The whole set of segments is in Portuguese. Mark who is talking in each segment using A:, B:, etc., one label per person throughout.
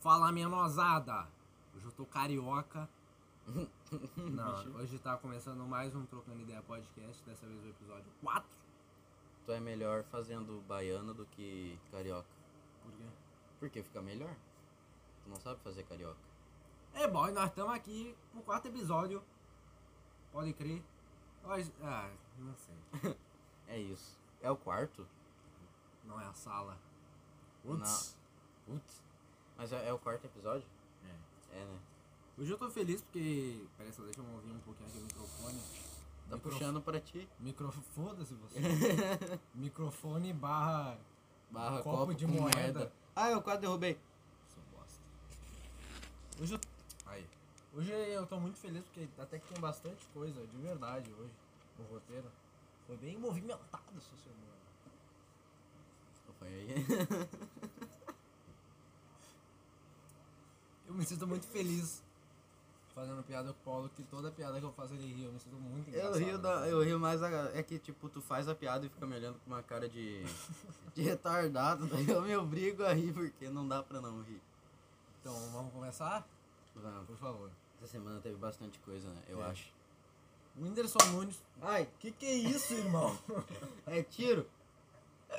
A: Fala, minha nozada! Hoje eu tô carioca. Não, hoje tá começando mais um Trocando Ideia Podcast, dessa vez o episódio 4.
B: Tu é melhor fazendo baiano do que carioca.
A: Por quê?
B: Porque fica melhor. Tu não sabe fazer carioca.
A: É bom, e nós estamos aqui no quarto episódio. Pode crer. Nós. Ah, não sei.
B: É isso. É o quarto?
A: Não é a sala.
B: Uts. Putz. Mas é, é o quarto episódio?
A: É.
B: É, né?
A: Hoje eu tô feliz porque. Peraí, só deixa eu ouvir um pouquinho aqui o microfone.
B: Tá
A: Microf-
B: puxando pra ti.
A: Micro... Foda-se você. microfone barra.
B: Barra
A: Copo
B: copo,
A: de
B: com
A: moeda.
B: Ah, eu quase derrubei.
A: Sou um bosta. Hoje eu. Aí. Hoje eu tô muito feliz porque até que tem bastante coisa, de verdade, hoje, no roteiro. Foi bem movimentado essa semana.
B: Foi aí.
A: Eu me sinto muito feliz fazendo piada com o Paulo, que toda piada que eu faço ele ri, eu me sinto muito
B: eu,
A: engraçado. né?
B: rio da, eu rio mais. a- é que, tipo, tu faz a piada e fica me olhando com uma cara de, de retardado. Daí eu me obrigo a rir porque não dá pra não rir.
A: Então, vamos começar?
B: Vamos.
A: Por favor.
B: Essa semana teve bastante coisa, né? Eu
A: É.
B: acho.
A: O Whindersson Nunes.
B: Ai,
A: Que que é isso, irmão?
B: é tiro?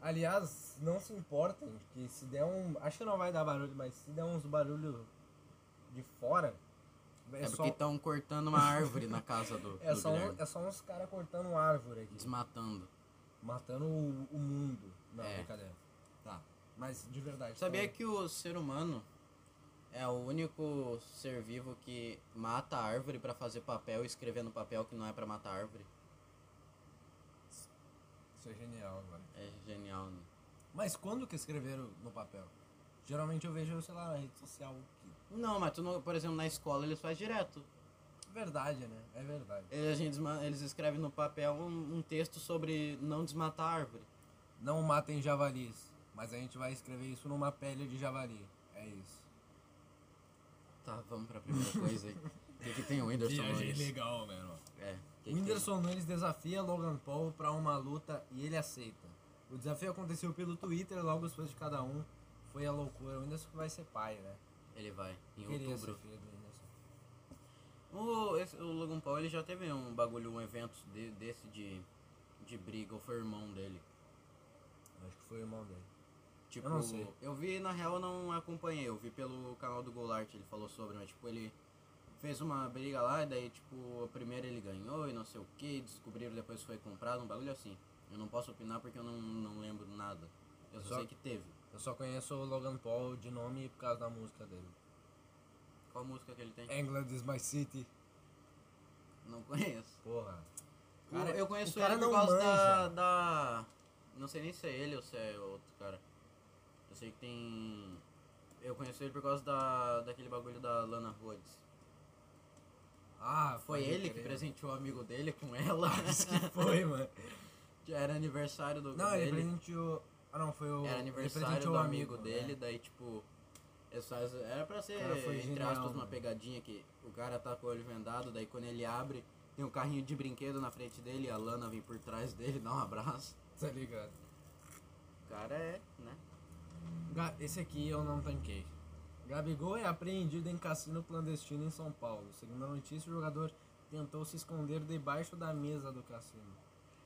A: Aliás, não se importem, que se der um. Acho que não vai dar barulho, mas se der uns barulho de fora. É,
B: É,
A: só,
B: porque estão cortando uma árvore na casa do,
A: é,
B: do
A: só, um-
B: Guilherme.
A: é só uns caras cortando árvore aqui.
B: Desmatando.
A: Matando o, o mundo. Não,
B: É.
A: brincadeira. Tá. Mas de verdade. é,
B: Sabia que o ser humano é o único ser vivo que mata a árvore pra fazer papel e escrever no papel que não é pra matar a árvore?
A: Isso é genial agora.
B: É genial, né?
A: Mas quando que escreveram no papel? Geralmente eu vejo, sei lá, na rede social. Que...
B: Não, mas tu não, por exemplo, na escola eles fazem direto.
A: Verdade, né? É verdade.
B: Eles, a gente desma- eles escrevem no papel um, um texto sobre não desmatar a árvore.
A: Não matem javalis, mas a gente vai escrever isso numa pele de javali. É isso.
B: Tá, vamos pra primeira coisa aí. O que, que tem o Whindersson Nunes?
A: legal, mano.
B: É, o que que
A: O Whindersson Nunes desafia Logan Paul pra uma luta e ele aceita. O desafio aconteceu pelo Twitter, logo os fãs de cada um. Foi a loucura. O Whindersson vai ser pai, né?
B: tem? Ele vai, em
A: Queria ser
B: outubro.
A: filho do Whindersson.
B: O, esse- o Logan Paul ele já teve um bagulho, um evento de- desse de, de briga, ou foi o irmão dele.
A: Acho que foi o irmão dele.
B: Tipo,
A: Eu não sei.
B: eu vi, na real, eu não acompanhei, eu vi pelo canal do Goulart, ele falou sobre, mas tipo, ele fez uma briga lá, e daí, tipo, a primeira ele ganhou e não sei o que, descobriram depois que foi comprado, um bagulho assim. Eu não posso opinar porque eu não, não lembro nada. Eu só,
A: Só-
B: sei que teve.
A: Eu só conheço o Logan Paul de nome por causa da música dele.
B: Qual música que ele tem?
A: England is my city.
B: Não conheço.
A: Porra.
B: O- eu conheço
A: o cara
B: ele por
A: não
B: causa da,
A: manja.
B: da. Não sei nem se é ele ou se é outro cara. Eu sei que tem. Eu conheço ele por causa da, daquele bagulho da Lana Rhodes.
A: Ah,
B: Foi
A: pode
B: ele que
A: crer.
B: presenteou o amigo dele com ela.
A: Acho que foi, mano.
B: Já era aniversário do
A: Não, ele
B: dele.
A: presenteou. Ah, não, foi o.
B: Era
A: ele
B: aniversário
A: presenteou
B: do
A: o
B: amigo, dele,
A: né?
B: daí tipo. eles fazem- Era pra ser,
A: Cara, foi
B: entre
A: genial,
B: aspas, uma
A: mano.
B: pegadinha que o cara tá com o olho vendado, daí quando ele abre, tem um carrinho de brinquedo na frente dele, a Lana vem por trás dele, dá um abraço.
A: Tá ligado?
B: O cara é, né?
A: Ga- Esse aqui eu não tanquei. Gabigol é apreendido em cassino clandestino em São Paulo. Segundo a notícia, o jogador tentou se esconder debaixo da mesa do cassino.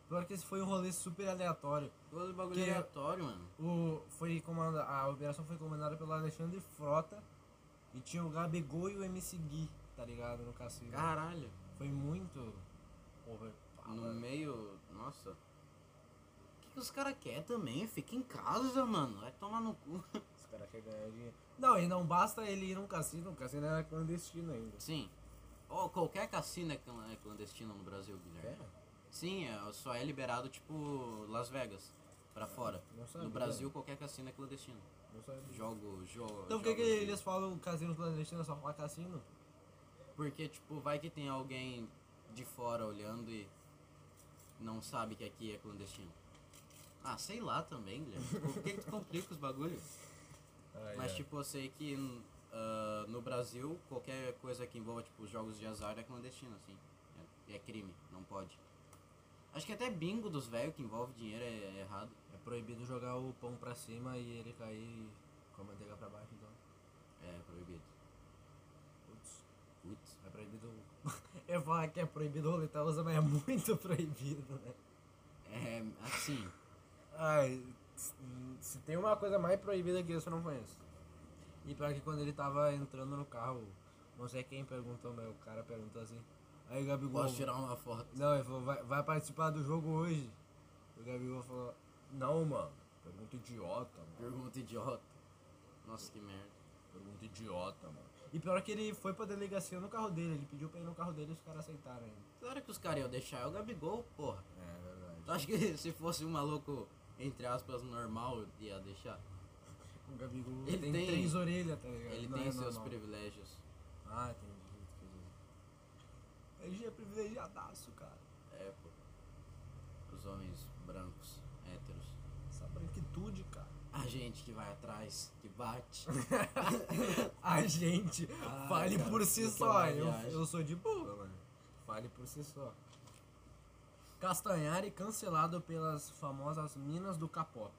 A: Pior que esse foi um rolê super aleatório.
B: Todo
A: Que- é?
B: bagulho aleatório, mano.
A: O, foi comanda, a operação foi comandada pelo Alexandre Frota e tinha o Gabigol e o MC Gui, tá ligado? No cassino.
B: Caralho.
A: Foi muito. overpower.
B: No meio. Nossa. O que, que os caras querem também? Fica em casa, mano. Vai tomar no cu.
A: Os caras querem ganhar dinheiro. Não, e não basta ele ir num cassino, o cassino era clandestino ainda.
B: Sim. Ó, qualquer cassino é clan- é clandestino no Brasil, Guilherme. Sim, é, só é liberado, tipo, Las Vegas. Pra fora.
A: não sabia.
B: No Brasil, qualquer cassino é clandestino.
A: Não sabia.
B: Jogo, jogo.
A: Então por que, que eles falam cassino clandestino é só fala cassino?
B: Porque, tipo, vai que tem alguém de fora olhando e não sabe que aqui é clandestino. Ah, sei lá também, Guilherme. Tipo, Por que que tu complica os bagulhos?
A: Ah, é.
B: Mas, tipo, eu sei que ah, no Brasil, qualquer coisa que envolva, tipo, jogos de azar é clandestino, assim. É, é crime, não pode. Acho que até bingo dos velhos que envolve dinheiro é, é errado.
A: É proibido jogar o pão pra cima e ele cair com a manteiga pra baixo, então.
B: É proibido.
A: Putz,
B: Putz.
A: é proibido. Eu ia falar que é proibido roleta usa, mas é muito proibido, né?
B: É assim.
A: Ai, s- se tem uma coisa mais proibida que isso, eu não conheço. E pior que quando ele tava entrando no carro, não sei quem perguntou, mas o cara perguntou assim. Aí o Gabigol.
B: Posso tirar uma foto?
A: Não, ele falou, vai, vai participar do jogo hoje. O Gabigol falou, não, mano. Pergunta idiota, mano.
B: Pergunta idiota. Nossa, que merda.
A: Pergunta idiota, mano. E pior que ele foi pra delegacia no carro dele, ele pediu pra ir no carro dele e os caras aceitaram ele.
B: Claro que os caras iam deixar é o Gabigol, porra.
A: É, verdade.
B: Tu acha que se fosse um maluco, entre aspas, normal, ia deixar?
A: O Gabigol
B: Ele
A: tem,
B: tem-
A: três orelhas, tá ligado?
B: Ele
A: Não
B: tem
A: é
B: seus
A: normal.
B: privilégios.
A: Ah, entendi. entendi. Ele já é privilegiadaço, cara.
B: É, pô. Os homens brancos, héteros.
A: Essa branquitude, cara.
B: A gente que vai atrás, que bate.
A: A gente
B: Ah,
A: fale
B: cara,
A: por si
B: que
A: só. Eu,
B: viagem.
A: eu sou de boa, mano. Fale por si só. Castanhari cancelado pelas famosas minas do K-pop.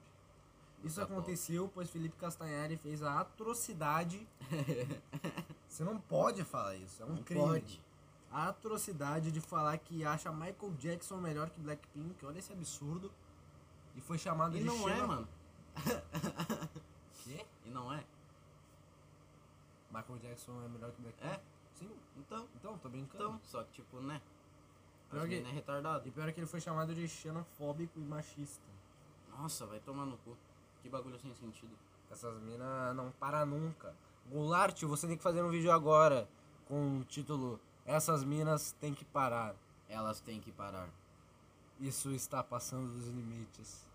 A: Isso
B: Tá bom.
A: aconteceu pois Felipe Castanhari fez a atrocidade. Você não pode falar isso, é um crime.
B: Pode.
A: A atrocidade de falar que acha Michael Jackson melhor que Blackpink, olha esse absurdo. E foi chamado
B: E
A: de
B: não é,
A: xeno-
B: mano.
A: Quê?
B: E não é.
A: Michael Jackson é melhor que Blackpink?
B: É?
A: Sim.
B: Então,
A: Então, tô brincando.
B: então. Só que, tipo, né?
A: Pior
B: As
A: que-
B: meninas é retardado.
A: E pior é que ele foi chamado de xenofóbico e machista.
B: Nossa, vai tomar no cu. Que bagulho sem sentido.
A: Essas minas não param nunca. Goulart, você tem que fazer um vídeo agora com o título Essas minas têm que parar.
B: Elas têm que parar.
A: Isso está passando dos limites.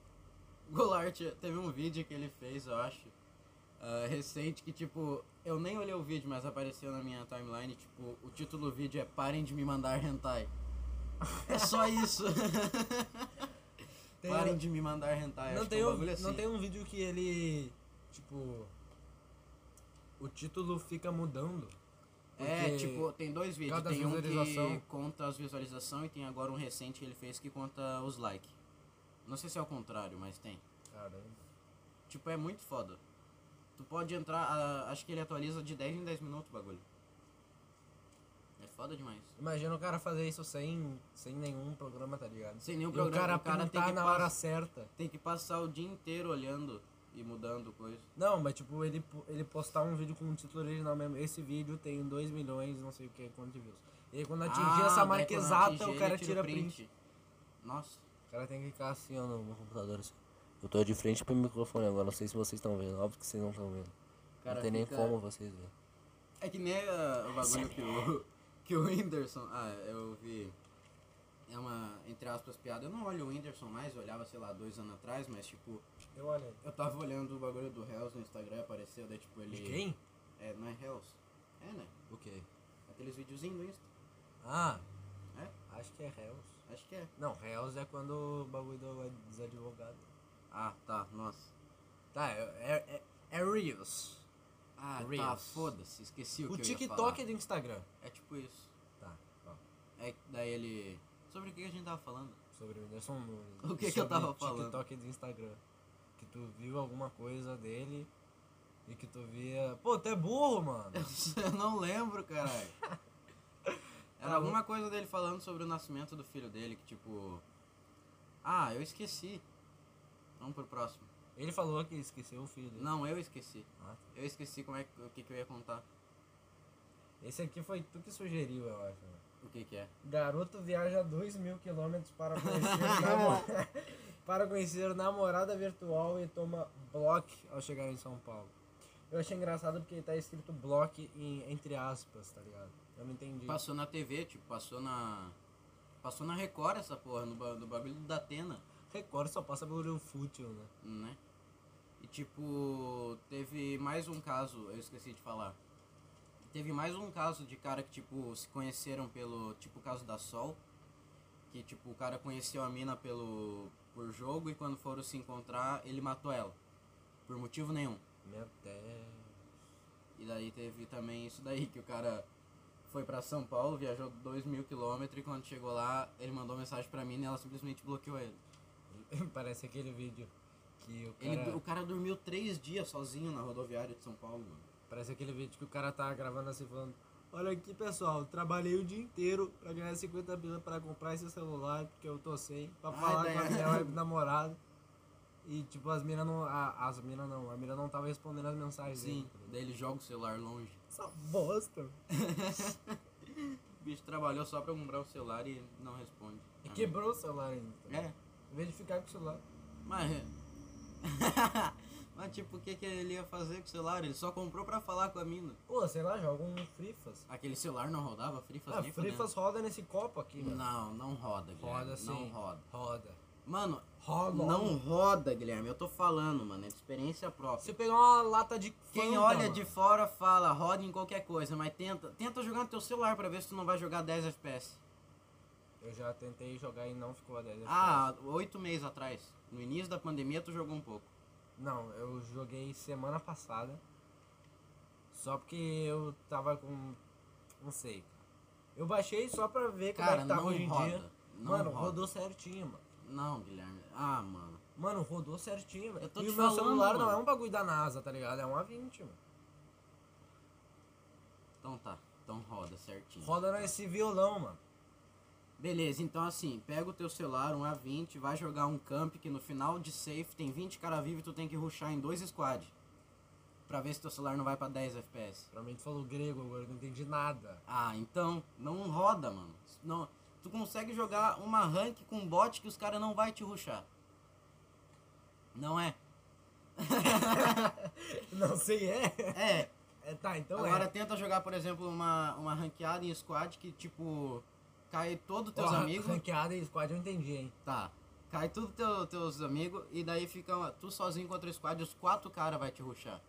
B: Goulart teve um vídeo que ele fez, eu acho, ah, recente, que tipo, eu nem olhei o vídeo, mas apareceu na minha timeline, tipo, o título do vídeo é Parem de me mandar hentai. É só isso.
A: Tem- um
B: Parem de me mandar hentai.
A: Não
B: acho
A: tem,
B: que é um
A: um,
B: bagulho assim.
A: não tem um vídeo que ele. Tipo. O título fica mudando.
B: É,
A: Porque-
B: tipo, tem dois vídeos.
A: cada
B: Tem um
A: visualização-
B: que conta as visualizações e tem agora um recente que ele fez que conta os likes. Não sei se é o contrário, mas tem.
A: Caramba.
B: Tipo, é muito foda. Tu pode entrar, ah, acho que ele atualiza de 10 em 10 minutos o bagulho. É foda demais.
A: Imagina o cara fazer isso sem, sem nenhum programa, tá ligado?
B: Sem nenhum
A: E
B: programa,
A: o cara,
B: o cara tem
A: pintar
B: que
A: na
B: pas-
A: hora certa.
B: Tem que passar o dia inteiro olhando e mudando coisa.
A: Não, mas tipo, ele, po- ele postar um vídeo com o título original mesmo. Esse vídeo tem 2 milhões, não sei o que, quanto de views. E aí né, quando atingir
B: Ah,
A: essa
B: daí
A: marca
B: quando
A: exata,
B: atingir,
A: o cara
B: ele
A: tira
B: o
A: print.
B: Nossa,
A: O cara tem que ficar assim, ó, no, no computador. assim. Eu tô de frente pro microfone agora, não sei se vocês estão vendo. Óbvio que vocês não estão vendo.
B: o cara
A: não tem nem
B: fica-
A: como vocês verem.
B: É que nem ah, o bagulho que o, que o Whindersson. Ah, eu vi. É uma, entre aspas, piada. Eu não olho o Whindersson mais, eu olhava, sei lá, dois anos atrás, mas tipo,
A: Eu olhei.
B: eu tava olhando o bagulho do Hells no Instagram, apareceu, daí tipo ele.
A: De quem?
B: É, não é Hells. É, né?
A: O quê?
B: Aqueles videozinhos do Insta.
A: Ah,
B: É?
A: acho que é Hells.
B: Acho que é.
A: Não, Hells é quando o bagulho do- é dos advogados.
B: Ah, tá, nossa.
A: Tá, é, é, é, é Reels.
B: Ah, tá,
A: Reels.
B: foda-se, esqueci o,
A: O
B: que
A: TikTok é
B: eu ia
A: do Instagram.
B: falar. É tipo isso.
A: Tá, ó.
B: É, daí ele. Sobre o que a gente tava falando?
A: Sobre o Whindersson Nunes.
B: O que é
A: E
B: que eu
A: sobre
B: tava falando?
A: TikTok do Instagram. Que tu viu alguma coisa dele e que tu via. Pô, tu é burro, mano.
B: Eu não lembro, caralho. Era alguma coisa dele falando sobre o nascimento do filho dele, que tipo. Ah, eu esqueci. Vamos pro próximo.
A: Ele falou que esqueceu o filho dele.
B: Não, eu esqueci.
A: Ah, tá.
B: Eu esqueci como é, que- o que, que eu ia contar.
A: Esse aqui foi tu que sugeriu, eu acho. né?
B: O que, que é?
A: Garoto viaja 2 mil quilômetros para
B: É.
A: conhecer, namo- para conhecer namorada virtual e toma block ao chegar em São Paulo. Eu achei engraçado porque tá escrito block em, entre aspas, tá ligado? Eu não entendi.
B: Passou na TV, tipo, passou na. Passou na Record essa porra, no, ba- no bagulho da Atena,
A: Record só passa pelo fútil, né?
B: né? E tipo, teve mais um caso, eu esqueci de falar. Teve mais um caso de cara que, tipo, se conheceram pelo. Tipo, o caso da Sol. Que, tipo, o cara conheceu a mina pelo. por jogo e quando foram se encontrar, ele matou ela. Por motivo nenhum.
A: Meu Deus.
B: E daí teve também isso daí, que o cara foi pra São Paulo, viajou 2 mil quilômetros e quando chegou lá, ele mandou mensagem pra mim e ela simplesmente bloqueou ele.
A: Parece aquele vídeo que o
B: ele
A: cara...
B: o cara dormiu três dias sozinho na rodoviária de São Paulo, mano.
A: Parece aquele vídeo que o cara tá gravando assim falando. Olha aqui pessoal, trabalhei o dia inteiro pra ganhar 50 pila pra comprar esse celular, porque eu tô sem, pra
B: Ah,
A: falar
B: daí-
A: com a minha web namorada. E tipo, as minas não. a- as minas não, a mina não tava respondendo as mensagens
B: Sim,
A: dele.
B: daí ele joga o celular longe.
A: Essa bosta.
B: O bicho trabalhou só pra comprar o celular e não responde.
A: E quebrou o celular ainda.
B: Ah.
A: tá
B: É,
A: Em vez de ficar com o celular.
B: mas. mas tipo, o que, que ele ia fazer com o celular? Ele só comprou pra falar com a mina.
A: Pô, sei lá, joga um Frifas.
B: Aquele celular não rodava, Frifas
A: Ah,
B: nem
A: Frifas roda nesse copo aqui,
B: fudendo.
A: velho.
B: né? Não, não roda, Guilherme.
A: Roda sim.
B: Não roda.
A: Roda.
B: Mano,
A: Roda.
B: não roda, Guilherme. Eu tô falando, mano. É de experiência própria.
A: Você pegou uma lata de
B: Quem
A: Fanta,
B: olha
A: mano.
B: de fora fala, roda em qualquer coisa, mas tenta, tenta jogar no teu celular pra ver se tu não vai jogar 10 FPS.
A: Eu já tentei jogar e não ficou a 10
B: Ah, oito meses atrás, no início da pandemia, tu jogou um pouco.
A: Não, eu joguei semana passada. Só porque eu tava com. Não sei. Eu baixei só pra ver como é
B: Cara,
A: que tava
B: não
A: hoje em
B: roda,
A: dia.
B: não
A: mano,
B: roda.
A: rodou certinho, mano.
B: Não, Guilherme. Ah, mano.
A: Mano, rodou certinho, velho.
B: Eu tô
A: E
B: te
A: o meu
B: falando,
A: celular não é
B: mano.
A: um bagulho da NASA, tá ligado? É um A20, mano.
B: Então tá, então roda certinho.
A: Roda nesse violão, mano.
B: Beleza, então assim, pega o teu celular, um A20, vai jogar um camp que no final de safe tem 20 cara vivo e tu tem que ruxar em dois squad. Pra ver se teu celular não vai pra 10 FPS.
A: Pra mim tu falou grego agora, eu não entendi nada.
B: Ah, então, não roda, mano. Não, tu consegue jogar uma rank com bot que os caras não vai te ruxar. Não é?
A: Não sei, é?
B: É.
A: é tá, então
B: Agora
A: é.
B: tenta jogar, por exemplo, uma, uma ranqueada em squad que, tipo, cai todos teus
A: Ó, ra-
B: amigos.
A: Ranqueada e squad eu entendi, hein?
B: Tá. Cai tudo teu, teus amigos e daí fica uma- tu sozinho contra o squad e os quatro caras vai te ruxar.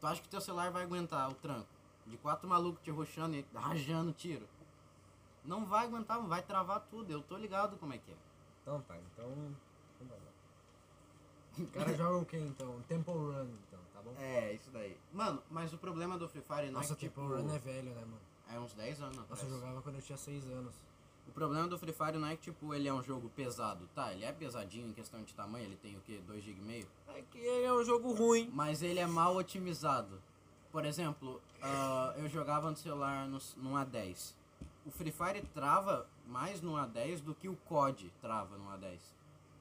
B: Tu acha que teu celular vai aguentar o tranco? De quatro malucos te ruxando e rajando tiro. Não vai aguentar, vai travar tudo. Eu tô ligado como é que é.
A: Então tá, então. então tá bom. O cara joga o quê então? Temple Run, então, tá bom?
B: É, isso daí. Mano, mas o problema do Free Fire não
A: Nossa,
B: é que, tipo,
A: Temple Run é velho, né, mano?
B: é uns 10 anos atrás.
A: Nossa, eu jogava quando eu tinha 6 anos.
B: O problema do Free Fire não é que, tipo, ele é um jogo pesado. Tá, ele é pesadinho em questão de tamanho, ele tem o quê? 2 GB e meio?
A: É que ele é um jogo ruim.
B: Mas ele é mal otimizado. Por exemplo, ah, eu jogava no celular no, num A10. O Free Fire trava mais no A10 do que o COD trava no A10.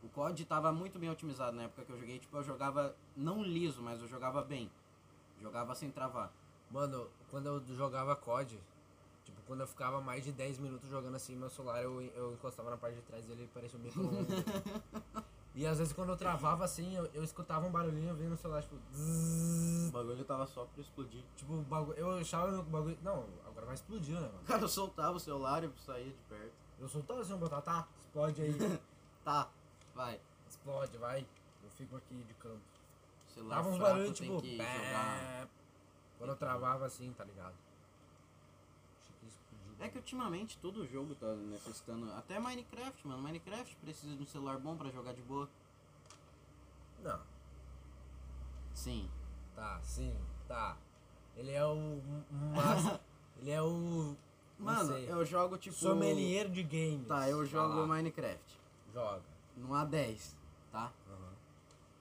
B: O COD tava muito bem otimizado na época que eu joguei. Tipo, eu jogava não liso, mas eu jogava bem. Jogava sem travar.
A: Mano, quando eu jogava COD, tipo, quando eu ficava mais de 10 minutos jogando assim, meu celular, eu, eu encostava na parte de trás dele e parecia um micro-ondas. E às vezes quando eu travava assim, eu, eu escutava um barulhinho, eu vinha no celular, tipo,
B: O
A: zzzz,
B: bagulho tava só pra explodir.
A: tipo, o bagulho, eu achava que o bagulho, não, agora vai explodir, né, mano?
B: O cara soltava o celular e saía de perto.
A: Eu soltava assim, eu botava, tá, explode aí,
B: Tá, vai.
A: explode, vai, eu fico aqui de campo.
B: O celular
A: Tava uns
B: fraco
A: barulhos,
B: tem
A: tipo,
B: que
A: pé.
B: jogar.
A: quando eu travava assim, tá ligado? Achei que explodiu.
B: É que ultimamente todo jogo tá necessitando. Até Minecraft, mano. Minecraft precisa de um celular bom pra jogar de boa.
A: Não.
B: Sim.
A: Tá, sim, tá. Ele é o. Mas, ele é o. não
B: Mano,
A: sei,
B: eu jogo tipo.
A: Sommelier de games.
B: Tá, eu jogo
A: Vai lá,
B: Minecraft.
A: Joga.
B: No A10, tá?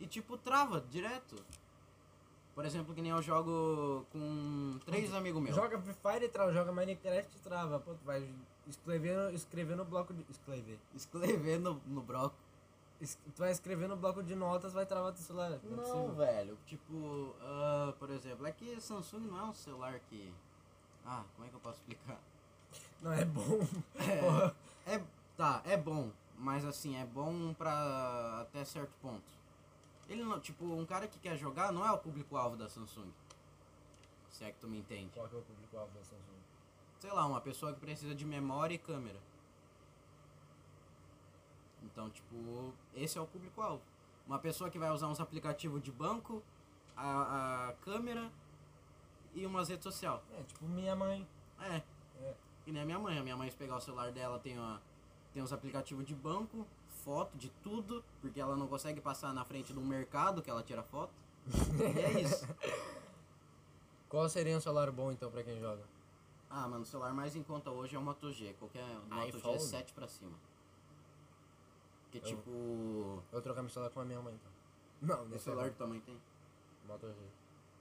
B: E tipo, trava direto. Por exemplo, que nem eu jogo com três amigos meus.
A: Joga Free Fire e trava, joga Minecraft e trava. Pô, tu vai escrever no, escrever no bloco de. Escrever.
B: Escrever no, no broco.
A: Es- tu vai escrever no bloco de notas, vai travar teu celular. Não, é
B: Não,
A: possível.
B: velho. Tipo, ah, por exemplo, é que Samsung não é um celular que. Ah, como é que eu posso explicar?
A: Não é bom. Porra.
B: É, é, tá, é bom, mas assim, é bom pra até certo ponto. Ele não, tipo, um cara que quer jogar não é o público-alvo da Samsung. Se é que tu me entende.
A: Qual que é o público-alvo da Samsung?
B: Sei lá, uma pessoa que precisa de memória e câmera. Então, tipo, esse é o público-alvo. Uma pessoa que vai usar uns aplicativos de banco, a, a câmera e umas redes sociais.
A: É, tipo minha mãe.
B: É.
A: É.
B: E nem a minha mãe. A minha mãe, se pegar o celular dela, tem, uma, tem uns aplicativos de banco, foto de tudo, porque ela não consegue passar na frente de um mercado que ela tira foto. e é isso.
A: Qual seria um celular bom então pra quem joga?
B: Ah, mano, o celular mais em conta hoje é o Moto G. Qualquer do Moto G é
A: iPhone?
B: 7 pra cima. Que
A: Eu-
B: tipo.
A: Eu vou trocar meu celular com a minha mãe então. Não,
B: O
A: nesse
B: celular que tua mãe tem?
A: Moto G.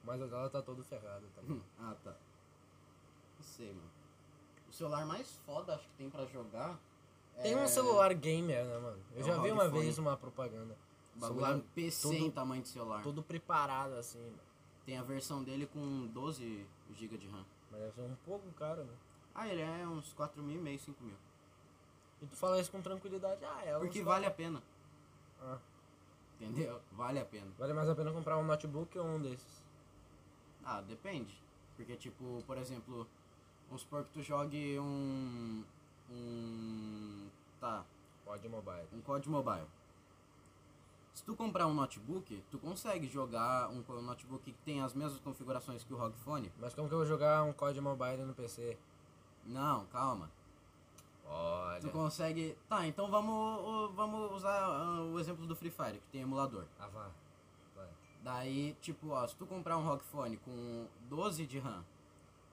A: Mas o dela tá todo ferrado também.
B: ah, tá. Não sei, mano. O celular mais foda, acho que tem pra jogar.
A: Tem
B: é
A: um celular gamer, né, mano? Eu
B: É
A: já
B: um
A: vi uma
B: Rockfone.
A: vez uma propaganda.
B: Bagulho
A: celular
B: é um PC
A: todo-
B: em tamanho de um celular.
A: Todo preparado assim, mano.
B: Tem a versão dele com 12 GB de RAM.
A: Mas deve ser um pouco caro, né?
B: Ah, ele é uns 4 mil e meio, 5 mil.
A: E tu fala isso com tranquilidade. Ah, é um
B: Porque
A: só-
B: vale a pena.
A: Ah.
B: Entendeu? Vale a pena.
A: Vale mais a pena comprar um notebook ou um desses.
B: Ah, depende. Porque, tipo, por exemplo, vamos supor que tu jogue um. Um. Tá.
A: Pode mobile.
B: Um COD Mobile. Se tu comprar um notebook, tu consegue jogar um co- notebook que tem as mesmas configurações que o ROG Phone?
A: Mas como que eu vou jogar um COD mobile no PC?
B: Não, calma.
A: Olha.
B: Tu consegue. Tá, então vamos, ô, vamos usar ah, o exemplo do Free Fire, que tem emulador.
A: Ah, vá. Vai.
B: Daí, tipo, ó, se tu comprar um ROG Phone com 12 de RAM,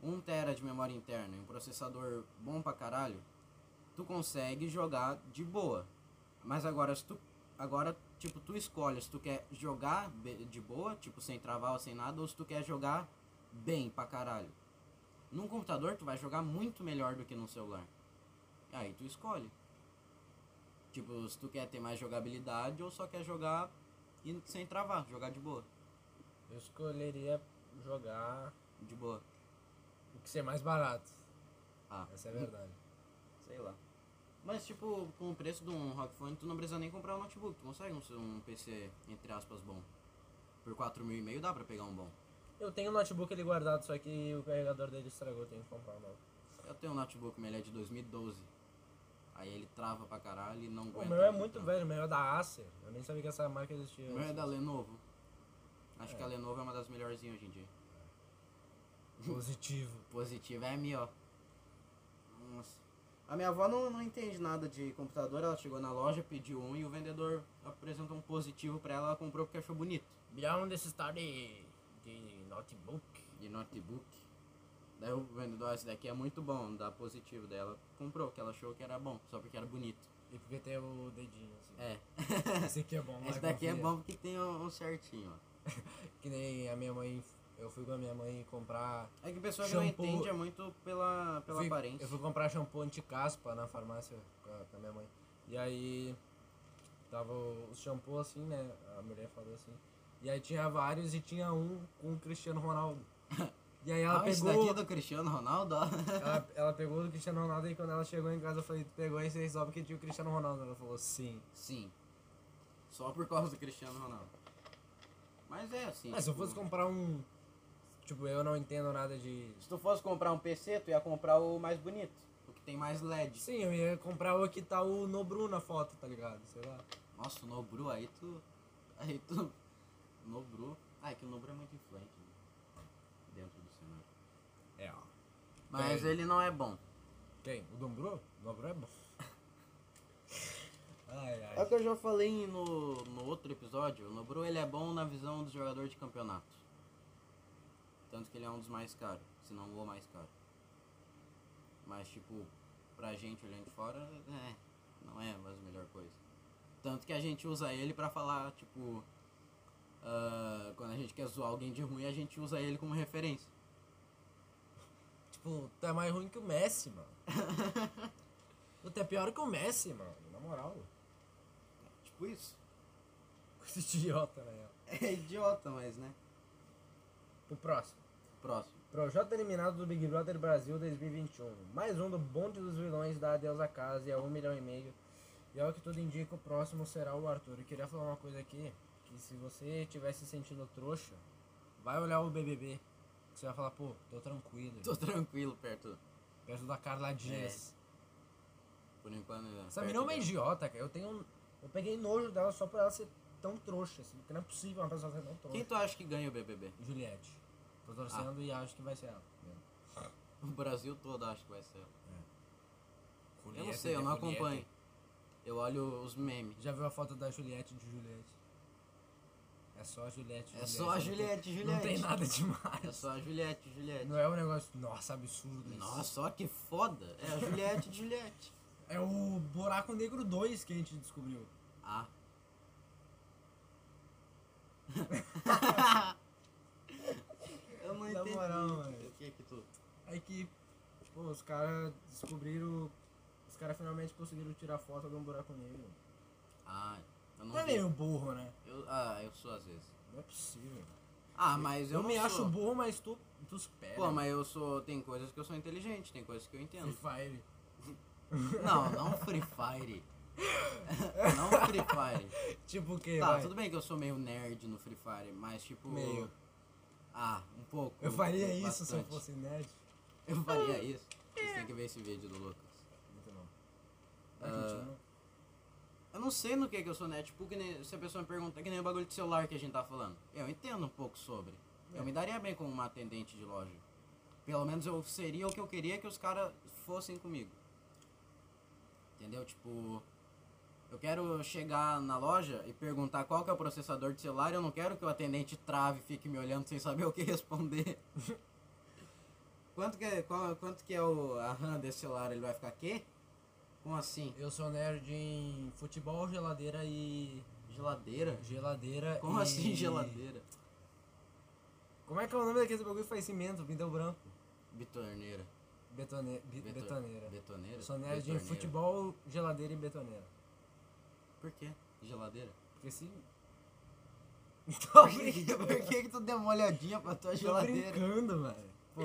B: 1 tera de memória interna e um processador bom pra caralho, tu consegue jogar de boa. Mas agora, se tu, agora tipo, tu escolhe se tu quer jogar be- de boa, tipo, sem travar ou sem nada, ou se tu quer jogar bem pra caralho. Num computador, tu vai jogar muito melhor do que num celular. Aí tu escolhe. Tipo, se tu quer ter mais jogabilidade ou só quer jogar e sem travar, jogar de boa.
A: Eu escolheria jogar
B: De boa.
A: o que ser mais barato.
B: Ah,
A: Essa é a verdade.
B: sei lá. Mas tipo, com o preço de um ROG Phone, tu não precisa nem comprar um notebook, tu consegue um, um PC, entre aspas, bom. Por 4 mil e meio dá pra pegar um bom.
A: Eu tenho um notebook ali guardado, só que o carregador dele estragou, tenho que comprar um novo.
B: Eu tenho um notebook, mas ele é de 2012. Aí ele trava pra caralho e não
A: O
B: aguenta.
A: meu é
B: muito
A: muito
B: tempo.
A: velho, o meu é da Acer. Eu nem sabia que essa marca existia.
B: então? O meu é da
A: antes.
B: Lenovo. Acho que a Lenovo é uma das melhorzinhas hoje em dia.
A: Positivo.
B: Positivo é a minha, ó. Nossa. A minha avó não, não entende nada de computador, ela chegou na loja, pediu um e o vendedor apresentou um positivo pra ela, ela comprou porque achou bonito.
A: Virar um desses tal de, de notebook.
B: de notebook. Daí o vendedor, "Ah, esse daqui é muito bom, dá positivo. Daí ela comprou, que ela achou que era bom, só porque era bonito.
A: E porque tem o dedinho assim.
B: É.
A: Esse aqui é bom, vai,
B: esse daqui é
A: confia.
B: bom porque tem um, um certinho, ó.
A: Que nem a minha mãe. Eu fui com a minha mãe comprar.
B: É que a pessoa que
A: Shampoo.
B: não entende é muito pela, pela
A: fui-
B: aparência.
A: Eu fui comprar shampoo anti-caspa na farmácia com a, com a minha mãe. E aí tava o o shampoo assim, né? A mulher falou assim. E aí tinha vários e tinha um com o Cristiano Ronaldo. E aí ela
B: ah, esse daqui
A: pegou.
B: é do Cristiano Ronaldo, ó.
A: Ela, ela pegou o Cristiano Ronaldo e quando ela chegou em casa eu falei, "Tu pegou esse aí só porque tinha o Cristiano Ronaldo. Ela falou, sim.
B: Sim. Só por causa do Cristiano Ronaldo. Mas é assim.
A: Mas se eu
B: tipo,
A: fosse comprar um. Tipo, eu não entendo nada de.
B: se tu fosse comprar um PC, tu ia comprar o mais bonito. O que tem mais LED.
A: Sim, eu ia comprar o que tá o Nobru na foto, tá ligado? Sei lá.
B: Nossa, o Nobru aí tu. Aí tu. Nobru. Ah, é que o Nobru é muito influente né? dentro do cenário.
A: É, ó.
B: Mas
A: É.
B: ele não é bom.
A: Quem? O Nobru? O Nobru é bom. ai,
B: É o
A: ai.
B: que eu já falei no, no outro episódio, o Nobru ele é bom na visão do jogador de campeonato. Tanto que ele é um dos mais caros, se não o mais caro. Mas tipo, pra gente olhando de fora, é, não é mais a melhor coisa. Tanto que a gente usa ele pra falar, tipo, ah, quando a gente quer zoar alguém de ruim, a gente usa ele como referência.
A: Tipo, tu é mais ruim que o Messi, mano. tu é pior que o Messi, mano. Na moral.
B: Tipo isso.
A: Coisa idiota, né?
B: É idiota, mas né.
A: Pro próximo.
B: Próximo.
A: Projota eliminado do Big Brother Brasil 2021. Mais um do bonde dos vilões da Adeus à Casa e a um milhão e meio. E ao que tudo indica, o próximo será o Arthur. Eu queria falar uma coisa aqui, que se você estiver se sentindo trouxa, vai olhar o BBB. Você vai falar, pô, tô tranquilo.
B: Tô tranquilo perto.
A: Perto da Carla
B: É,
A: Dias.
B: Por enquanto.
A: Essa
B: perto
A: menina é uma
B: dela.
A: idiota, cara. Eu tenho... um, Eu peguei nojo dela só por ela ser tão trouxa, assim. Porque não é possível uma pessoa ser tão trouxa.
B: Quem tu acha que ganha o BBB?
A: Juliette. Tô
B: Ah.
A: torcendo e acho que vai ser ela.
B: O Brasil todo acho que vai ser. ela. Eu não
A: Juliette, é
B: sei, eu não
A: Juliette.
B: acompanho. Eu olho os memes.
A: Já viu a foto da Juliette de Juliette? É só a Juliette.
B: É só a
A: não tem-
B: Juliette, Juliette.
A: Não tem nada demais.
B: É só a Juliette, Juliette.
A: Não é um negócio, nossa, absurdo isso.
B: Nossa, ó que foda. É a Juliette, Juliette.
A: É o Buraco Negro 2 que a gente descobriu.
B: Ah. tu?
A: É que, tipo, os caras descobriram. Os caras finalmente conseguiram tirar foto de um buraco negro.
B: Ah, eu não
A: Não é
B: vi.
A: meio burro, né?
B: Eu, ah, eu sou às vezes.
A: Não é possível.
B: Ah, mas eu,
A: Eu, É,
B: não
A: me
B: sou.
A: acho burro, mas tu, tu supera.
B: Pô, mas eu sou. Tem coisas que eu sou inteligente, tem coisas que eu
A: Free
B: entendo.
A: Fire.
B: Não, não Free Fire. não Free Fire.
A: Tipo o quê?
B: Tá,
A: vai?
B: tudo bem que eu sou meio nerd no Free Fire, mas tipo.
A: Meio.
B: Ah, um pouco.
A: Eu faria isso se eu
B: bastante.
A: fosse nerd.
B: Eu faria isso. Vocês têm que ver esse vídeo do Lucas.
A: Muito não. Vai,
B: Ah.
A: continua.
B: Eu não sei no que, que eu sou nerd, tipo, que nem, se a pessoa me pergunta, que nem o bagulho de celular que a gente tá falando. Eu entendo um pouco sobre.
A: É.
B: Eu me daria bem como uma atendente de loja. Pelo menos eu seria o que eu queria que os caras fossem comigo. Entendeu? Tipo, eu quero chegar na loja e perguntar qual que é o processador de celular, eu não quero que o atendente trave e fique me olhando sem saber o que responder. quanto que é, qual- quanto que é o, a RAM desse celular? Ele vai ficar quê? Como assim?
A: Eu sou nerd em futebol, geladeira e.
B: Geladeira?
A: Geladeira
B: Como
A: e-
B: assim geladeira?
A: Como é que é o nome daquele bagulho que faz cimento? Me deu branco.
B: Bitoneira.
A: Betone... bi-
B: Beto-
A: Betoneira.
B: Betoneira?
A: Eu sou nerd
B: Betoneira.
A: em futebol, geladeira e betoneira.
B: Por quê? Geladeira?
A: Porque se.
B: Por que, por que que tu deu uma olhadinha pra
A: Então,
B: tua
A: Tô
B: geladeira?
A: brincando, velho. Pô,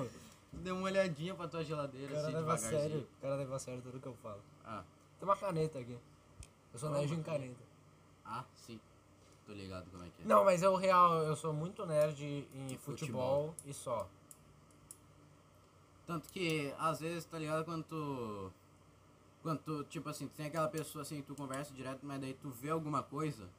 B: Tu deu uma olhadinha pra tua
A: o
B: geladeira
A: cara
B: assim
A: leva a
B: devagarzinho.
A: sério. O cara leva a sério tudo que eu falo.
B: Ah,
A: Tem uma caneta aqui. Eu sou
B: Toma,
A: nerd em
B: cara.
A: caneta.
B: ah, sim. Tô ligado como é que é.
A: Não, mas é o real, eu sou muito nerd em
B: Em
A: futebol,
B: futebol.
A: e só.
B: Tanto que, às vezes, tá ligado quando tu. Quando tu, tipo assim, tu tem aquela pessoa assim, tu conversa direto, mas daí tu vê alguma coisa.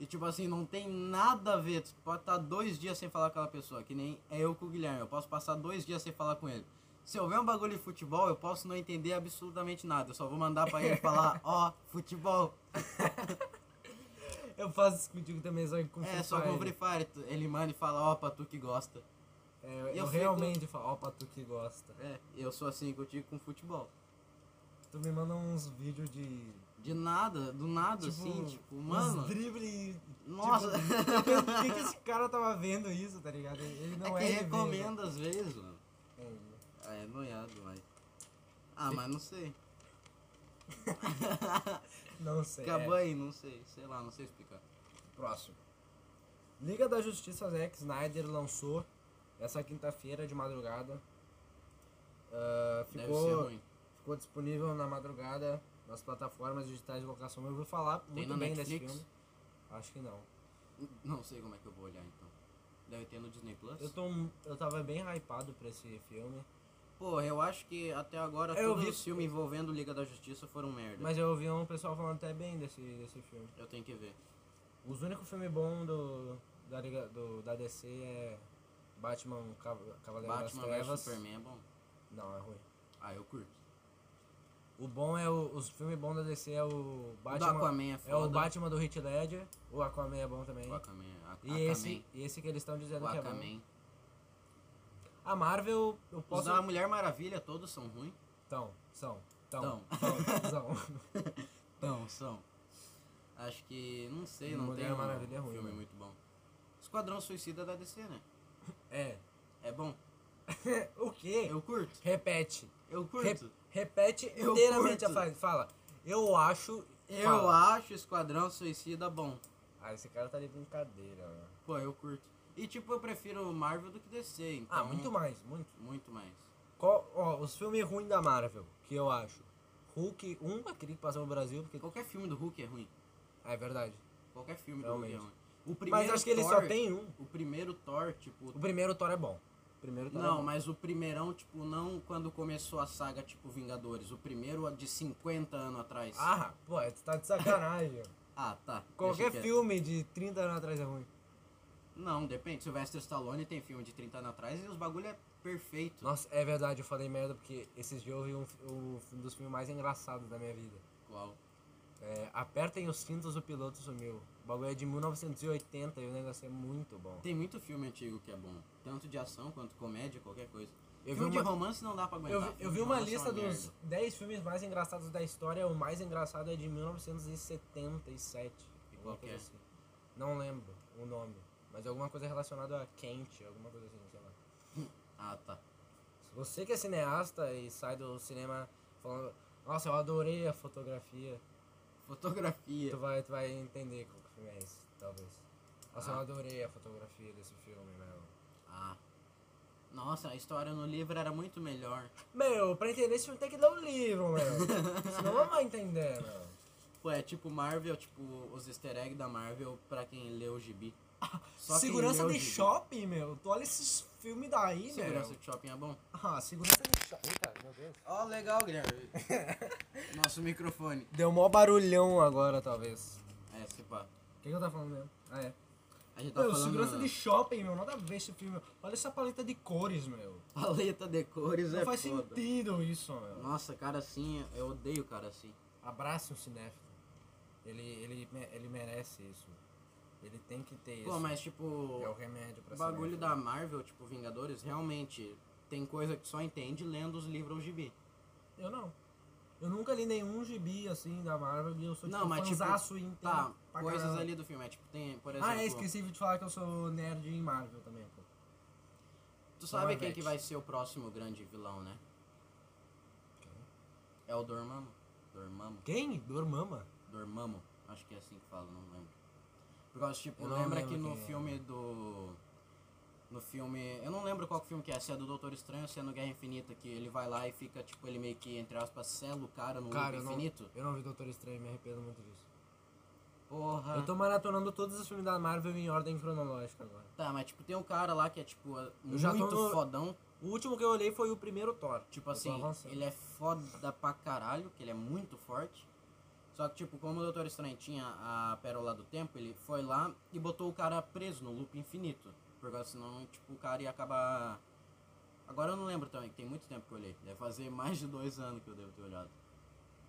B: E tipo assim, não tem nada a ver. Tu pode estar dois dias sem falar com aquela pessoa, que nem é eu com o Guilherme. Eu posso passar dois dias sem falar com ele. Se eu ver um bagulho de futebol, eu posso não entender absolutamente nada. Eu só vou mandar pra ele falar, ó, futebol.
A: Eu faço isso contigo também, só que com
B: É,
A: Free
B: só com o
A: Fire.
B: Free Fire. tu- Ele manda e fala, ó, pra tu que gosta.
A: É, eu,
B: E eu fico-
A: realmente falo, ó, pra tu que gosta.
B: É, eu sou assim contigo com futebol.
A: Tu me manda uns vídeos de.
B: De nada, do nada, Tipo assim, tipo, mano.
A: Uns drible. Tipo,
B: Nossa.
A: eu penso, por que, que esse cara tava vendo isso, tá ligado? Ele não
B: é
A: é. de ver,
B: que
A: né?
B: recomenda às vezes, mano.
A: É.
B: Ah, É noiado, mas. Ah, mas não sei.
A: Não sei.
B: Acabou
A: é.
B: aí, não sei. Sei lá, não sei explicar.
A: Próximo. Liga da Justiça Zack Snyder lançou essa quinta-feira de madrugada. Ah,
B: Deve ser
A: ficou,
B: ruim.
A: ficou disponível na madrugada nas plataformas digitais de locação. Eu vou falar muito
B: na
A: bem desse
B: Netflix?
A: filme. Acho que não.
B: Não sei como é que eu vou olhar então. Deve ter no Disney Plus.
A: Eu, tô, um, eu tava bem hypado pra esse filme.
B: Pô, eu acho que até agora
A: Eu
B: todos
A: vi-
B: os filmes envolvendo Liga da Justiça foram merda.
A: Mas eu ouvi um pessoal falando até bem desse, desse filme.
B: Eu tenho que ver.
A: Os únicos filmes bons do, da, Liga- do, da DC é Batman Cav- Cavaleiro
B: Batman
A: das
B: vs
A: Trevas.
B: Superman é bom.
A: Não, é ruim.
B: Ah, eu curto.
A: O bom é o. Os filmes bons da DC é o
B: o
A: Batman.
B: do Aquaman é
A: é o
B: foda.
A: Batman do Hit Ledger. O Aquaman é bom também.
B: O Aquaman. A,
A: E
B: Aquaman.
A: esse, e esse que eles estão
B: o
A: dizendo que é bom.
B: Aquaman.
A: A Marvel, eu
B: Os
A: posso.
B: da Mulher Maravilha todos são ruins.
A: Então, são. Então.
B: Tão.
A: São.
B: Não, são. Acho que. Não sei, não
A: Mulher
B: tem um
A: Maravilha é ruim,
B: filme
A: né?
B: muito bom. Esquadrão Suicida da DC, né?
A: É.
B: É bom.
A: O quê?
B: Eu curto.
A: Repete.
B: Eu
A: Re-
B: curto.
A: repete
B: Eu
A: inteiramente a
B: curto.
A: frase. Fala. Eu acho.
B: Eu
A: fala.
B: acho Esquadrão Suicida bom.
A: Ah, esse cara tá de brincadeira, mano.
B: Pô, eu curto. E tipo, eu prefiro Marvel do que DC, então.
A: Ah, muito mais, muito.
B: Muito mais.
A: Qual, ó, os filmes ruins da Marvel, que eu acho. Hulk 1, aquele que passou no Brasil, porque.
B: Qualquer filme do Hulk é ruim.
A: Ah, é verdade.
B: Qualquer filme do
A: Realmente.
B: Hulk é ruim. O primeiro
A: Mas acho que ele
B: Thor-
A: só tem um.
B: O primeiro Thor, tipo.
A: O primeiro Thor é bom. O primeiro Thor é
B: Não,
A: bom.
B: mas o primeirão, tipo, não quando começou a saga, tipo, Vingadores. O primeiro de 50 anos atrás.
A: Ah, pô, tu tá de sacanagem.
B: Ah, tá.
A: Qualquer
B: Deixa quieto.
A: filme de 30 anos atrás é ruim.
B: Não, depende. Sylvester Stallone tem filme de 30 anos atrás e os bagulho é perfeito.
A: Nossa, é verdade, eu falei merda porque esses dias eu vi um, fi- o- um dos filmes mais engraçados da minha vida.
B: Qual?
A: É, Apertem os cintos, o piloto sumiu. O bagulho é de 1980 e o negócio é muito bom.
B: Tem muito filme antigo que é bom. Tanto de ação quanto comédia, qualquer coisa.
A: Eu vi
B: filme
A: uma-
B: de romance não dá pra aguentar.
A: Eu, vi- eu
B: Filme
A: vi
B: de
A: uma
B: romance é
A: lista dos
B: merda.
A: 10 filmes mais engraçados da história, o mais engraçado é de 1977.
B: E
A: alguma
B: qual
A: coisa
B: que é?
A: assim. Não lembro o nome, mas é alguma coisa relacionada a quente, alguma coisa assim, sei lá.
B: Ah, tá.
A: Você que é cineasta e sai do cinema falando, nossa, eu adorei a fotografia. Tu
B: Fotografia.
A: vai, tu vai entender qual que filme é esse, talvez. Nossa, eu
B: Ah.
A: adorei a fotografia desse filme, meu.
B: Ah. Nossa, a história no livro era muito melhor.
A: Meu, pra entender esse filme tem que ler o livro, meu. Senão não vai entender, meu.
B: Ué, tipo Marvel, tipo os easter eggs da Marvel pra quem lê o gibi. Só quem
A: segurança
B: leu o
A: de
B: gibi.
A: shopping, meu. Tu olha esses filmes daí,
B: Segurança
A: meu.
B: de shopping é bom.
A: Ah, segurança de shopping. Eita, meu Deus.
B: Ó, legal, Guilherme. Nosso microfone.
A: Deu mó barulhão agora, talvez.
B: É, se pá.
A: O que, que eu tava falando mesmo? Ah, é.
B: A gente tá
A: Meu,
B: falando...
A: segurança de shopping, meu. Nada a ver esse filme. Olha essa paleta de cores, meu.
B: Paleta de cores
A: Não
B: é
A: faz
B: foda.
A: sentido isso, meu.
B: Nossa, cara assim, eu odeio cara assim.
A: Abraça o cinéfilo. Ele, ele, me- ele merece isso. Ele tem que ter
B: Pô,
A: isso.
B: mas tipo,
A: É o remédio pra
B: o bagulho
A: cinéfilo.
B: da Marvel, tipo Vingadores, realmente tem coisa que só entende lendo os livros ou gibi.
A: Eu não. Eu nunca li nenhum gibi assim da Marvel e eu sou tipo,
B: Não, mas, tipo,
A: fanzaço e entendo
B: Tá,
A: pra
B: coisas
A: caralho.
B: ali do filme, é tipo, tem, por exemplo,
A: Ah, é, esqueci de falar que eu sou nerd em Marvel também, pô.
B: tu sabe quem
A: Marvete.
B: que vai ser o próximo grande vilão, né? É o Dormammu. Dormammu.
A: Quem? Dormama.
B: Dormammu, acho que é assim que fala, não lembro. Por causa, tipo,
A: Eu não
B: lembra
A: lembro
B: que no
A: quem é.
B: filme do. No filme. Eu não lembro qual que filme que é, se é do Doutor Estranho ou se é no Guerra Infinita, que ele vai lá e fica, tipo, ele meio que, entre aspas, sela o cara no
A: Cara, eu
B: loop
A: não,
B: infinito.
A: eu não vi Doutor Estranho, me arrependo muito disso.
B: Porra.
A: Eu tô maratonando todos os filmes da Marvel em ordem cronológica agora.
B: Tá, mas tipo, tem um cara lá que é, tipo, muito
A: já tô no-
B: fodão.
A: O último que eu olhei foi o primeiro Thor.
B: Tipo
A: Eu tô
B: assim,
A: avançando.
B: ele é foda pra caralho, que ele é muito forte. Só que, tipo, como o Doutor Estranho tinha a Pérola do Tempo, ele foi lá e botou o cara preso no loop infinito. Porque senão, tipo, o cara ia acabar. Agora eu não lembro também, que tem muito tempo que eu olhei. Deve fazer mais de dois anos que eu devo ter olhado.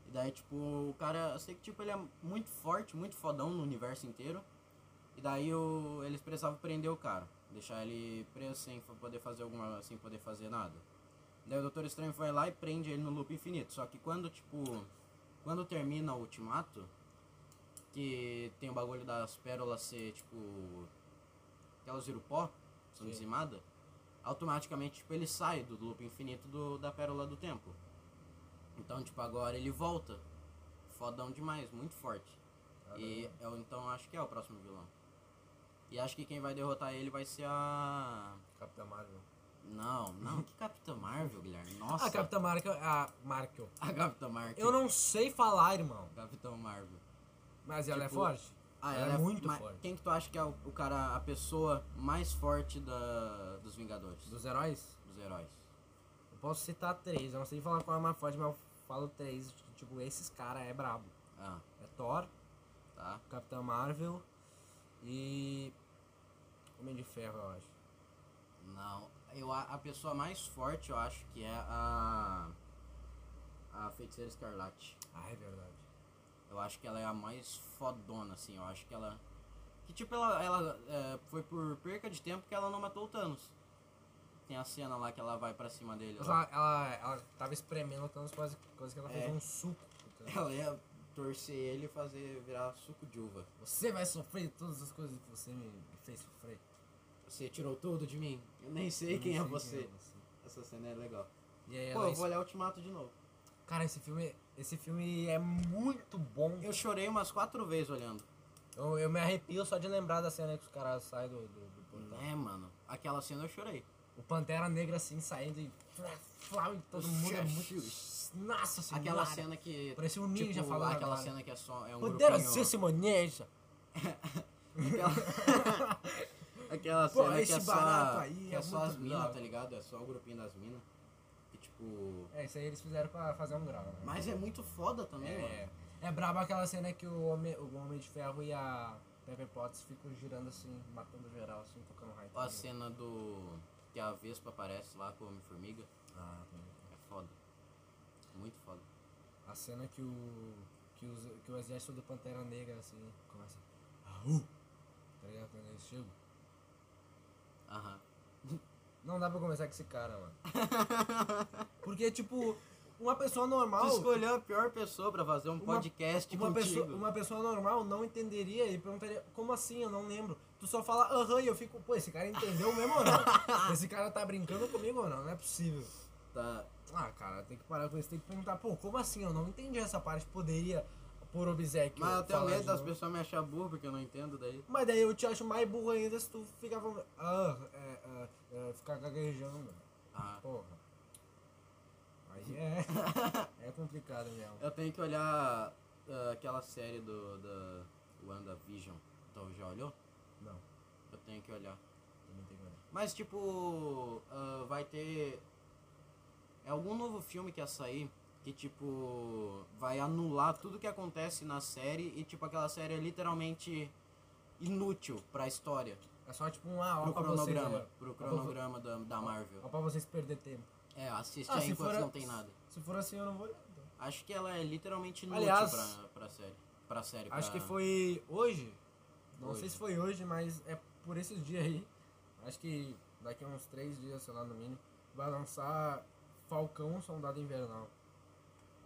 B: E daí, tipo, o cara. Eu sei que, tipo, ele é muito forte, muito fodão no universo inteiro. E daí o, eles precisavam prender o cara. Deixar ele preso sem fa- poder fazer alguma. sem poder fazer nada. Daí o Doutor Estranho vai lá e prende ele no loop infinito. Só que quando, tipo. Quando termina o ultimato, que tem o bagulho das pérolas ser, tipo. Aquelas viram pó, são
A: Sim.
B: dizimadas, automaticamente, tipo, ele sai do loop infinito do, da pérola do tempo. Então, tipo, agora ele volta. Fodão demais, muito forte. E
A: né?
B: eu, então acho que é o próximo vilão. E acho que quem vai derrotar ele vai ser a.
A: Capitã Marvel.
B: Não, não, que Capitã Marvel, Guilherme. Nossa,
A: Ah, Capitã Marvel. A Marvel.
B: a Capitã Marvel.
A: Eu não sei falar, irmão.
B: Capitão Marvel.
A: Mas ela
B: Tipo,
A: é forte?
B: Ah,
A: ela, é, muito
B: ma-
A: forte.
B: Quem que tu acha que é o, o cara, a pessoa mais forte da, dos Vingadores? Dos,
A: Dos heróis?
B: heróis.
A: Eu posso citar três. Eu não sei falar qual é a mais forte, mas eu falo três. Tipo, esses caras é brabo.
B: Ah,
A: É Thor,
B: tá.
A: Capitã Marvel e. Homem de Ferro, eu acho.
B: Não. Eu, a, a pessoa mais forte eu acho que é a. A Feiticeira Escarlate.
A: Ah, é verdade.
B: Eu acho que ela é a mais fodona, assim. Eu acho que ela. Que tipo, ela, ela é, foi por perca de tempo que ela não matou o Thanos. Tem a cena lá que ela vai pra cima dele.
A: Mas
B: lá.
A: ela, ela, ela tava espremendo tantas coisas, coisas que ela fez
B: É.
A: um suco. Então,
B: Ela ia torcer ele e fazer virar suco de uva.
A: Você vai sofrer todas as coisas que você me fez sofrer.
B: Você tirou tudo de mim. Eu nem sei
A: Eu
B: quem é
A: não sei
B: você. Essa cena é legal.
A: E aí
B: Pô,
A: ela.
B: eu vou olhar Ultimato de novo.
A: Cara, esse filme, esse filme é muito bom.
B: Eu chorei umas quatro vezes olhando.
A: Eu, eu me arrepio só de lembrar da cena que os caras saem do, do, do portal.
B: É, mano. Aquela cena eu chorei.
A: O Pantera Negra assim saindo e. flá, flá, e todo
B: Os
A: mundo é muito.
B: chefes.
A: Nossa senhora!
B: Aquela cena que.
A: Parecia um ninja
B: tipo,
A: falando
B: Aquela
A: agora.
B: cena que é só. É um grupinho-
A: Poderosíssimo ninja!
B: Aquela, aquela
A: Pô,
B: cena que
A: esse
B: é só,
A: barato aí
B: que é
A: é
B: só
A: muito
B: as minas,
A: legal.
B: tá ligado? É só o grupinho das minas. E tipo.
A: É, isso aí eles fizeram pra fazer um grau, né?
B: Mas é muito foda também,
A: É,
B: mano.
A: é brabo aquela cena que o homem, o homem de Ferro e a Pepper Potts ficam girando assim, matando geral, assim, tocando raio.
B: Ó, A cena do. que a Vespa aparece lá com o Homem-Formiga.
A: Ah, tá.
B: É foda. Muito foda.
A: a cena que o. que, os, que o exército do Pantera Negra, assim, começa. Ahu! Tá ligado? Quando eles chegam.
B: Aham.
A: Não dá pra começar com esse cara, mano. Porque, tipo, uma pessoa
B: Tu
A: normal.
B: escolheu a pior pessoa pra fazer um
A: Uma-
B: podcast
A: Uma
B: contigo.
A: pessoa, uma pessoa normal não entenderia e perguntaria, como assim? Eu não lembro. Tu só fala, aham, e eu fico, pô, esse cara entendeu mesmo ou não? Esse cara tá brincando comigo ou não? Não é possível.
B: Tá.
A: Ah, cara, tem que parar com isso. Tem que perguntar, pô, como assim? Eu não entendi essa parte. Poderia, por obsequio.
B: Mas eu tenho
A: falar
B: medo
A: de
B: das
A: novo.
B: pessoas me achar burro, porque eu não entendo daí.
A: Mas daí eu te acho mais burro ainda se tu ficar falando. Ah, é, ah, é, ficar gaguejando.
B: Ah.
A: Porra. Aí é. é complicado mesmo.
B: Eu tenho que olhar ah, aquela série do da WandaVision. Então já olhou?
A: Não,
B: Eu tenho que olhar.
A: eu não tenho nada.
B: Mas tipo, ah, vai ter é algum novo filme que ia sair que tipo vai anular tudo que acontece na série e tipo aquela série é literalmente inútil pra história,
A: É só tipo um ah, ó,
B: pro
A: pra vocês.
B: cronograma,
A: né?
B: pro cronograma da, da
A: Ó
B: Marvel.
A: pra vocês perder tempo.
B: É, assiste
A: Ah,
B: aí
A: se
B: enquanto
A: for a-
B: não tem nada.
A: Se for assim, eu não vou olhar. então.
B: Acho que ela é literalmente inútil
A: Aliás,
B: pra, pra série. Pra série
A: Acho que
B: pra-
A: foi hoje. Não
B: Hoje.
A: sei se foi hoje, mas é por esses dias aí. Acho que daqui a uns três dias, sei lá, no mínimo, vai lançar Falcão Soldado Invernal.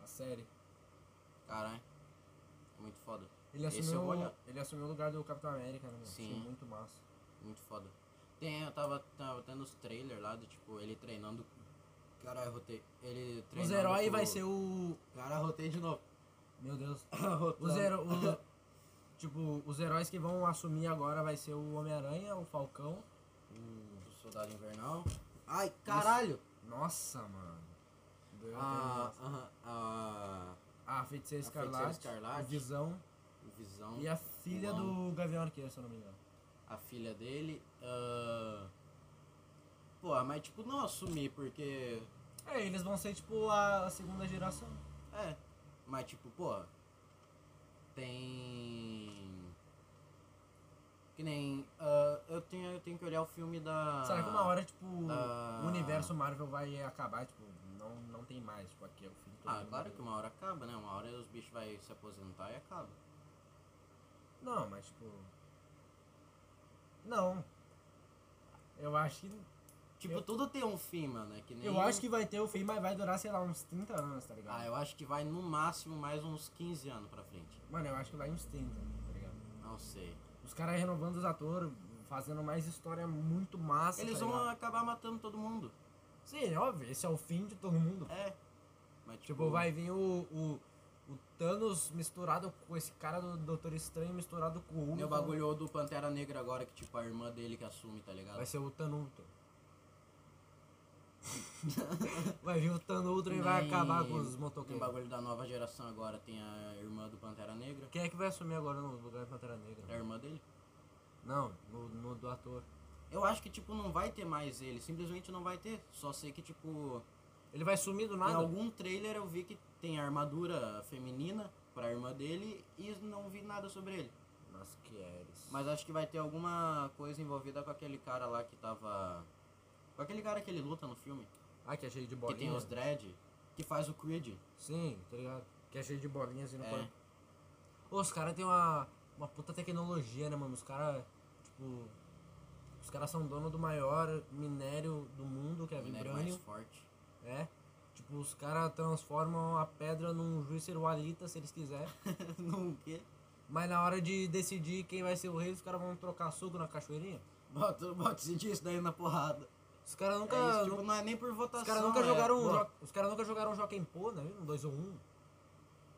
A: A série.
B: Caralho. Muito foda.
A: Ele
B: Esse eu
A: assumiu,
B: vou olhar.
A: ele assumiu o lugar do Capitão América, né? meu?
B: Sim.
A: Achei muito massa.
B: Muito foda. Tem, eu tava, tava tendo os trailers lá do tipo, ele treinando. Caralho, rotei. Ele treinando.
A: Os heróis
B: com-
A: vai ser o.
B: Cara, rotei de novo.
A: Meu Deus.
B: Rotando.
A: Os hero... o- Tipo, os heróis que vão assumir agora vai ser o Homem-Aranha, o Falcão. O...
B: O Soldado Invernal. Ai, caralho!
A: Nossa, mano. Doeu até
B: Ah,
A: negócio.
B: aham, ah,
A: Ah, a feiticeira
B: A Feiticeira
A: escarlate,
B: Escarlate.
A: o Visão
B: o Visão.
A: e a filha
B: Não.
A: do Gavião Arqueiro, se eu não me engano.
B: a filha dele. ah, Pô, mas tipo, não assumir, porque.
A: É, eles vão ser tipo a segunda geração.
B: É, mas tipo, pô, tem. Que nem. ah, eu, tenho, eu tenho que olhar o filme da.
A: Será que uma hora, tipo,
B: Ah.
A: o universo Marvel vai acabar, tipo, não, não tem mais, tipo, aqui é o fim de todo
B: Ah,
A: mundo.
B: claro que uma hora acaba, né? Uma hora os bichos vão se aposentar e acaba.
A: Não, mas tipo. Não. Eu acho que.
B: Tipo,
A: Eu-
B: tudo tem um fim, mano. É que nem...
A: Eu acho que vai ter o fim, mas vai durar, sei lá, uns 30 anos, tá ligado?
B: Ah, eu acho que vai no máximo mais uns 15 anos pra frente.
A: Mano, eu acho que vai uns 30, tá ligado?
B: Não sei.
A: Os caras renovando os atores, fazendo mais história muito massa.
B: Eles
A: tá
B: vão
A: ligado?
B: acabar matando todo mundo.
A: Sim, óbvio, esse é o fim de todo mundo.
B: É. Mas tipo.
A: Tipo, vai vir o, o, o Thanos misturado com esse cara do Doutor Estranho misturado com o Hulk.
B: Meu bagulho do Pantera Negra agora, que tipo, a irmã dele que assume, tá ligado?
A: Vai ser o Tanultron. vai vir o Tanultron e vai
B: Nem-
A: acabar com os
B: Tem
A: motoqueiros.
B: um bagulho da nova geração agora, tem a irmã do Pantera Negra.
A: Quem é que vai assumir agora no lugar do Pantera Negra?
B: É a irmã dele.
A: Não, no, no do ator.
B: Eu acho que, tipo, não vai ter mais ele. Simplesmente não vai ter. Só sei que, tipo,
A: Ele vai sumir do
B: em
A: nada?
B: algum trailer eu vi que tem a armadura feminina pra irmã dele e não vi nada sobre ele.
A: Mas que é isso.
B: Mas acho que vai ter alguma coisa envolvida com aquele cara lá que tava. Com aquele cara que ele luta no filme.
A: Ah, que é cheio de
B: Que
A: bolinha.
B: tem os dread. Que faz o Creed.
A: Sim, tá ligado? Que é cheio de bolinha assim no
B: É.
A: corpo. Ô, Os caras têm uma, uma puta tecnologia, né, mano? Os caras, tipo... Os caras são dono do maior minério do mundo, que é
B: O minério né, mais
A: vibrânio.
B: forte.
A: É. Tipo, os caras transformam a pedra num juízer walita, se eles quiserem.
B: não o quê?
A: Mas na hora de decidir quem vai ser o rei, os caras vão trocar suco na cachoeirinha.
B: Bota, bota esse disso daí na porrada.
A: Os caras nunca...
B: é isso, tipo,
A: nu-
B: não é nem por votação.
A: Os caras nunca
B: é-
A: jogaram um
B: Bom,
A: jo- Os caras nunca jogaram um Joaquim Pô, né? Um 2 ou 1.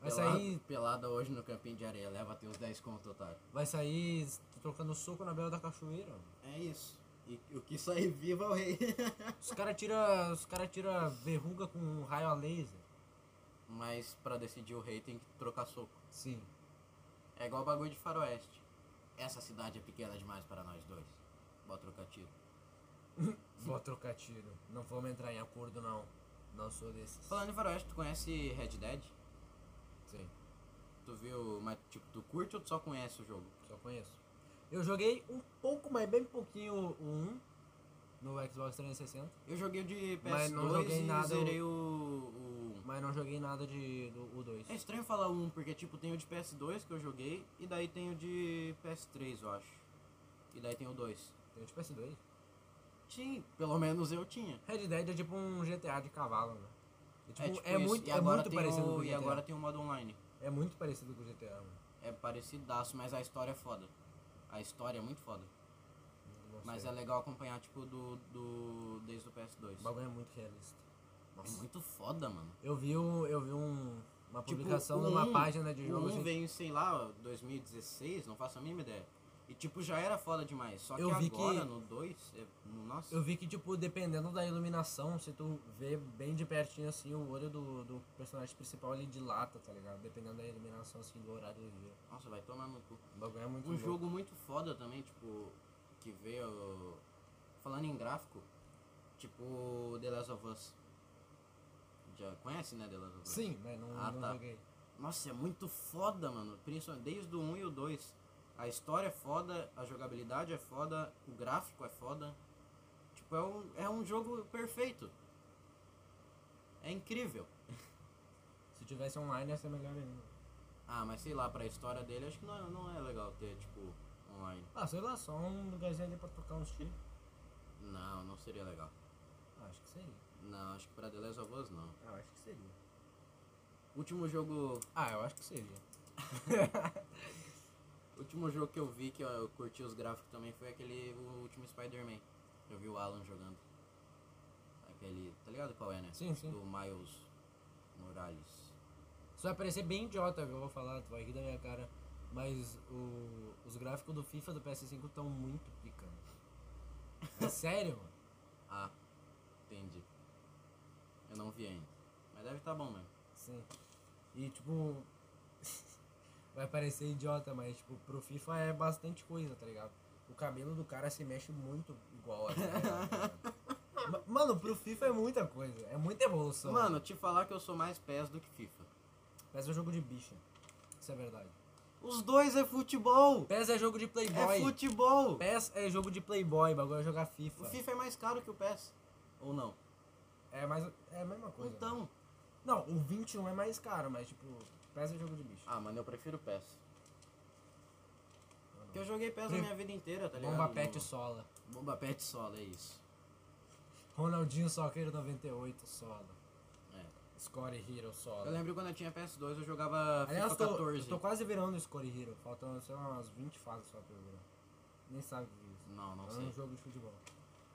A: Vai
B: pelada,
A: sair,
B: pelada hoje no campinho de areia. Leva até os 10 conto, otário.
A: vai sair trocando soco na beira da cachoeira.
B: É isso. E o que sair vivo é o rei.
A: Os caras tira, os cara tira verruga com um raio a laser.
B: Mas pra decidir o rei tem que trocar soco.
A: Sim.
B: É igual o bagulho de faroeste. Essa cidade é pequena demais para nós dois. Bota trocar tiro.
A: Vou trocar tiro. Não vamos entrar em acordo não. Não sou desses.
B: Falando em faroeste, tu conhece Red Dead?
A: Sim.
B: Tu viu, mas tipo, tu curte ou tu só conhece o jogo?
A: Só conheço. Eu joguei um pouco, mas bem pouquinho o 1 no Xbox 360,
B: Eu joguei o de PS2
A: Mas não joguei
B: e
A: nada,
B: zerei o... um. o...
A: mas não joguei nada de do o 2.
B: É estranho falar um, porque tipo, tem o de PS2 que eu joguei, e daí tem o de PS3, eu acho. E daí tem o 2.
A: Tem tipo PS2.
B: Sim, pelo menos eu tinha.
A: Red Dead é tipo um GTA de cavalo, né? É, tipo, é,
B: tipo isso.
A: muito,
B: E
A: é
B: agora
A: muito
B: tem
A: parecido
B: o...
A: com o
B: E
A: GTA.
B: agora tem o modo online.
A: É muito parecido com o GTA, mano.
B: É parecidaço, mas a história é foda. A história é muito foda.
A: Não
B: Mas
A: sei.
B: é legal acompanhar, tipo, do, do desde o PS2.
A: O bagulho é muito realista.
B: É muito foda, mano.
A: Eu vi, um, eu vi um, uma
B: Tipo,
A: publicação
B: o
A: numa
B: um-
A: página de assim.
B: O
A: jogos.
B: 1
A: em-
B: veio, sei lá, 2016, não faço a mínima ideia. E tipo, já era foda demais. Só que
A: Eu vi que-
B: agora, no 2, é... no- nossa.
A: Eu vi que, tipo, dependendo da iluminação, se tu vê bem de pertinho, assim, o olho do, do personagem principal, ele dilata, tá ligado? Dependendo da iluminação, assim, do horário do dia.
B: Nossa, vai tomar no cu.
A: O bagulho é muito
B: Um
A: louco.
B: jogo muito foda também, tipo, que veio. Falando em gráfico, tipo The Last of Us. Já conhece, né, The Last of Us?
A: Sim, mas não,
B: Ah,
A: não
B: tá.
A: joguei.
B: Nossa, é muito foda, mano. Principalmente desde o 1 e o 2. A história é foda, a jogabilidade é foda, o gráfico é foda. Tipo, é um, é um jogo perfeito. É incrível.
A: Se tivesse online, ia ser melhor ainda.
B: Ah, mas sei lá, pra história dele, acho que não é, não é legal ter, tipo, online.
A: Ah, sei lá, só um lugarzinho ali pra tocar uns tiros.
B: Não, não seria legal.
A: Ah, acho que seria.
B: Não, acho que pra The Last of Us, não.
A: Ah, acho que seria.
B: Último jogo,
A: Ah, eu acho que seria.
B: último jogo que eu vi que eu, eu curti os gráficos também foi aquele o último Spider-Man. Eu vi o Alan jogando. Aquele, tá ligado qual é, né?
A: Sim, sim.
B: Do Miles Morales.
A: Isso vai parecer bem idiota que eu vou falar, tu vai rir da minha cara. Mas o- os gráficos do FIFA do PS5 estão muito picando. É sério, mano.
B: Ah, entendi. Eu não vi ainda. Mas deve tá bom mesmo.
A: Sim. E tipo. vai parecer idiota, mas tipo, pro FIFA é bastante coisa, tá ligado? O cabelo do cara se mexe muito igual a Ma- Mano, pro FIFA é muita coisa, é muita evolução.
B: Mano, te falar que eu sou mais PES do que FIFA.
A: PES é jogo de bicha. Isso é verdade.
B: Os dois é futebol!
A: PES é jogo de
B: É
A: playboy.
B: futebol!
A: PES é jogo de playboy, bagulho é jogar
B: O
A: FIFA.
B: FIFA é mais caro que o PES. Ou não?
A: É, mais, é a mesma coisa.
B: Então.
A: Não, o 21 é mais caro, mas tipo, PES é jogo de bicho.
B: Ah, mano, eu prefiro PES.
A: Não, não.
B: Porque eu joguei PES a
A: Pre-
B: minha vida inteira, tá ligado?
A: Hum. Bomba
B: No-
A: Pet Sola.
B: Bomba Pet Sola, é isso.
A: Ronaldinho Soccer 98 Sola.
B: É.
A: Score Hero
B: Eu
A: Sola.
B: lembro quando eu tinha PS2, eu jogava
A: Aliás,
B: FIFA
A: tô,
B: 14.
A: eu tô quase virando o Score Hero. Faltam, sei lá, umas 20 fases só pra eu virar. Nem sabe o que é isso.
B: Não, não
A: é um
B: sei.
A: jogo de futebol.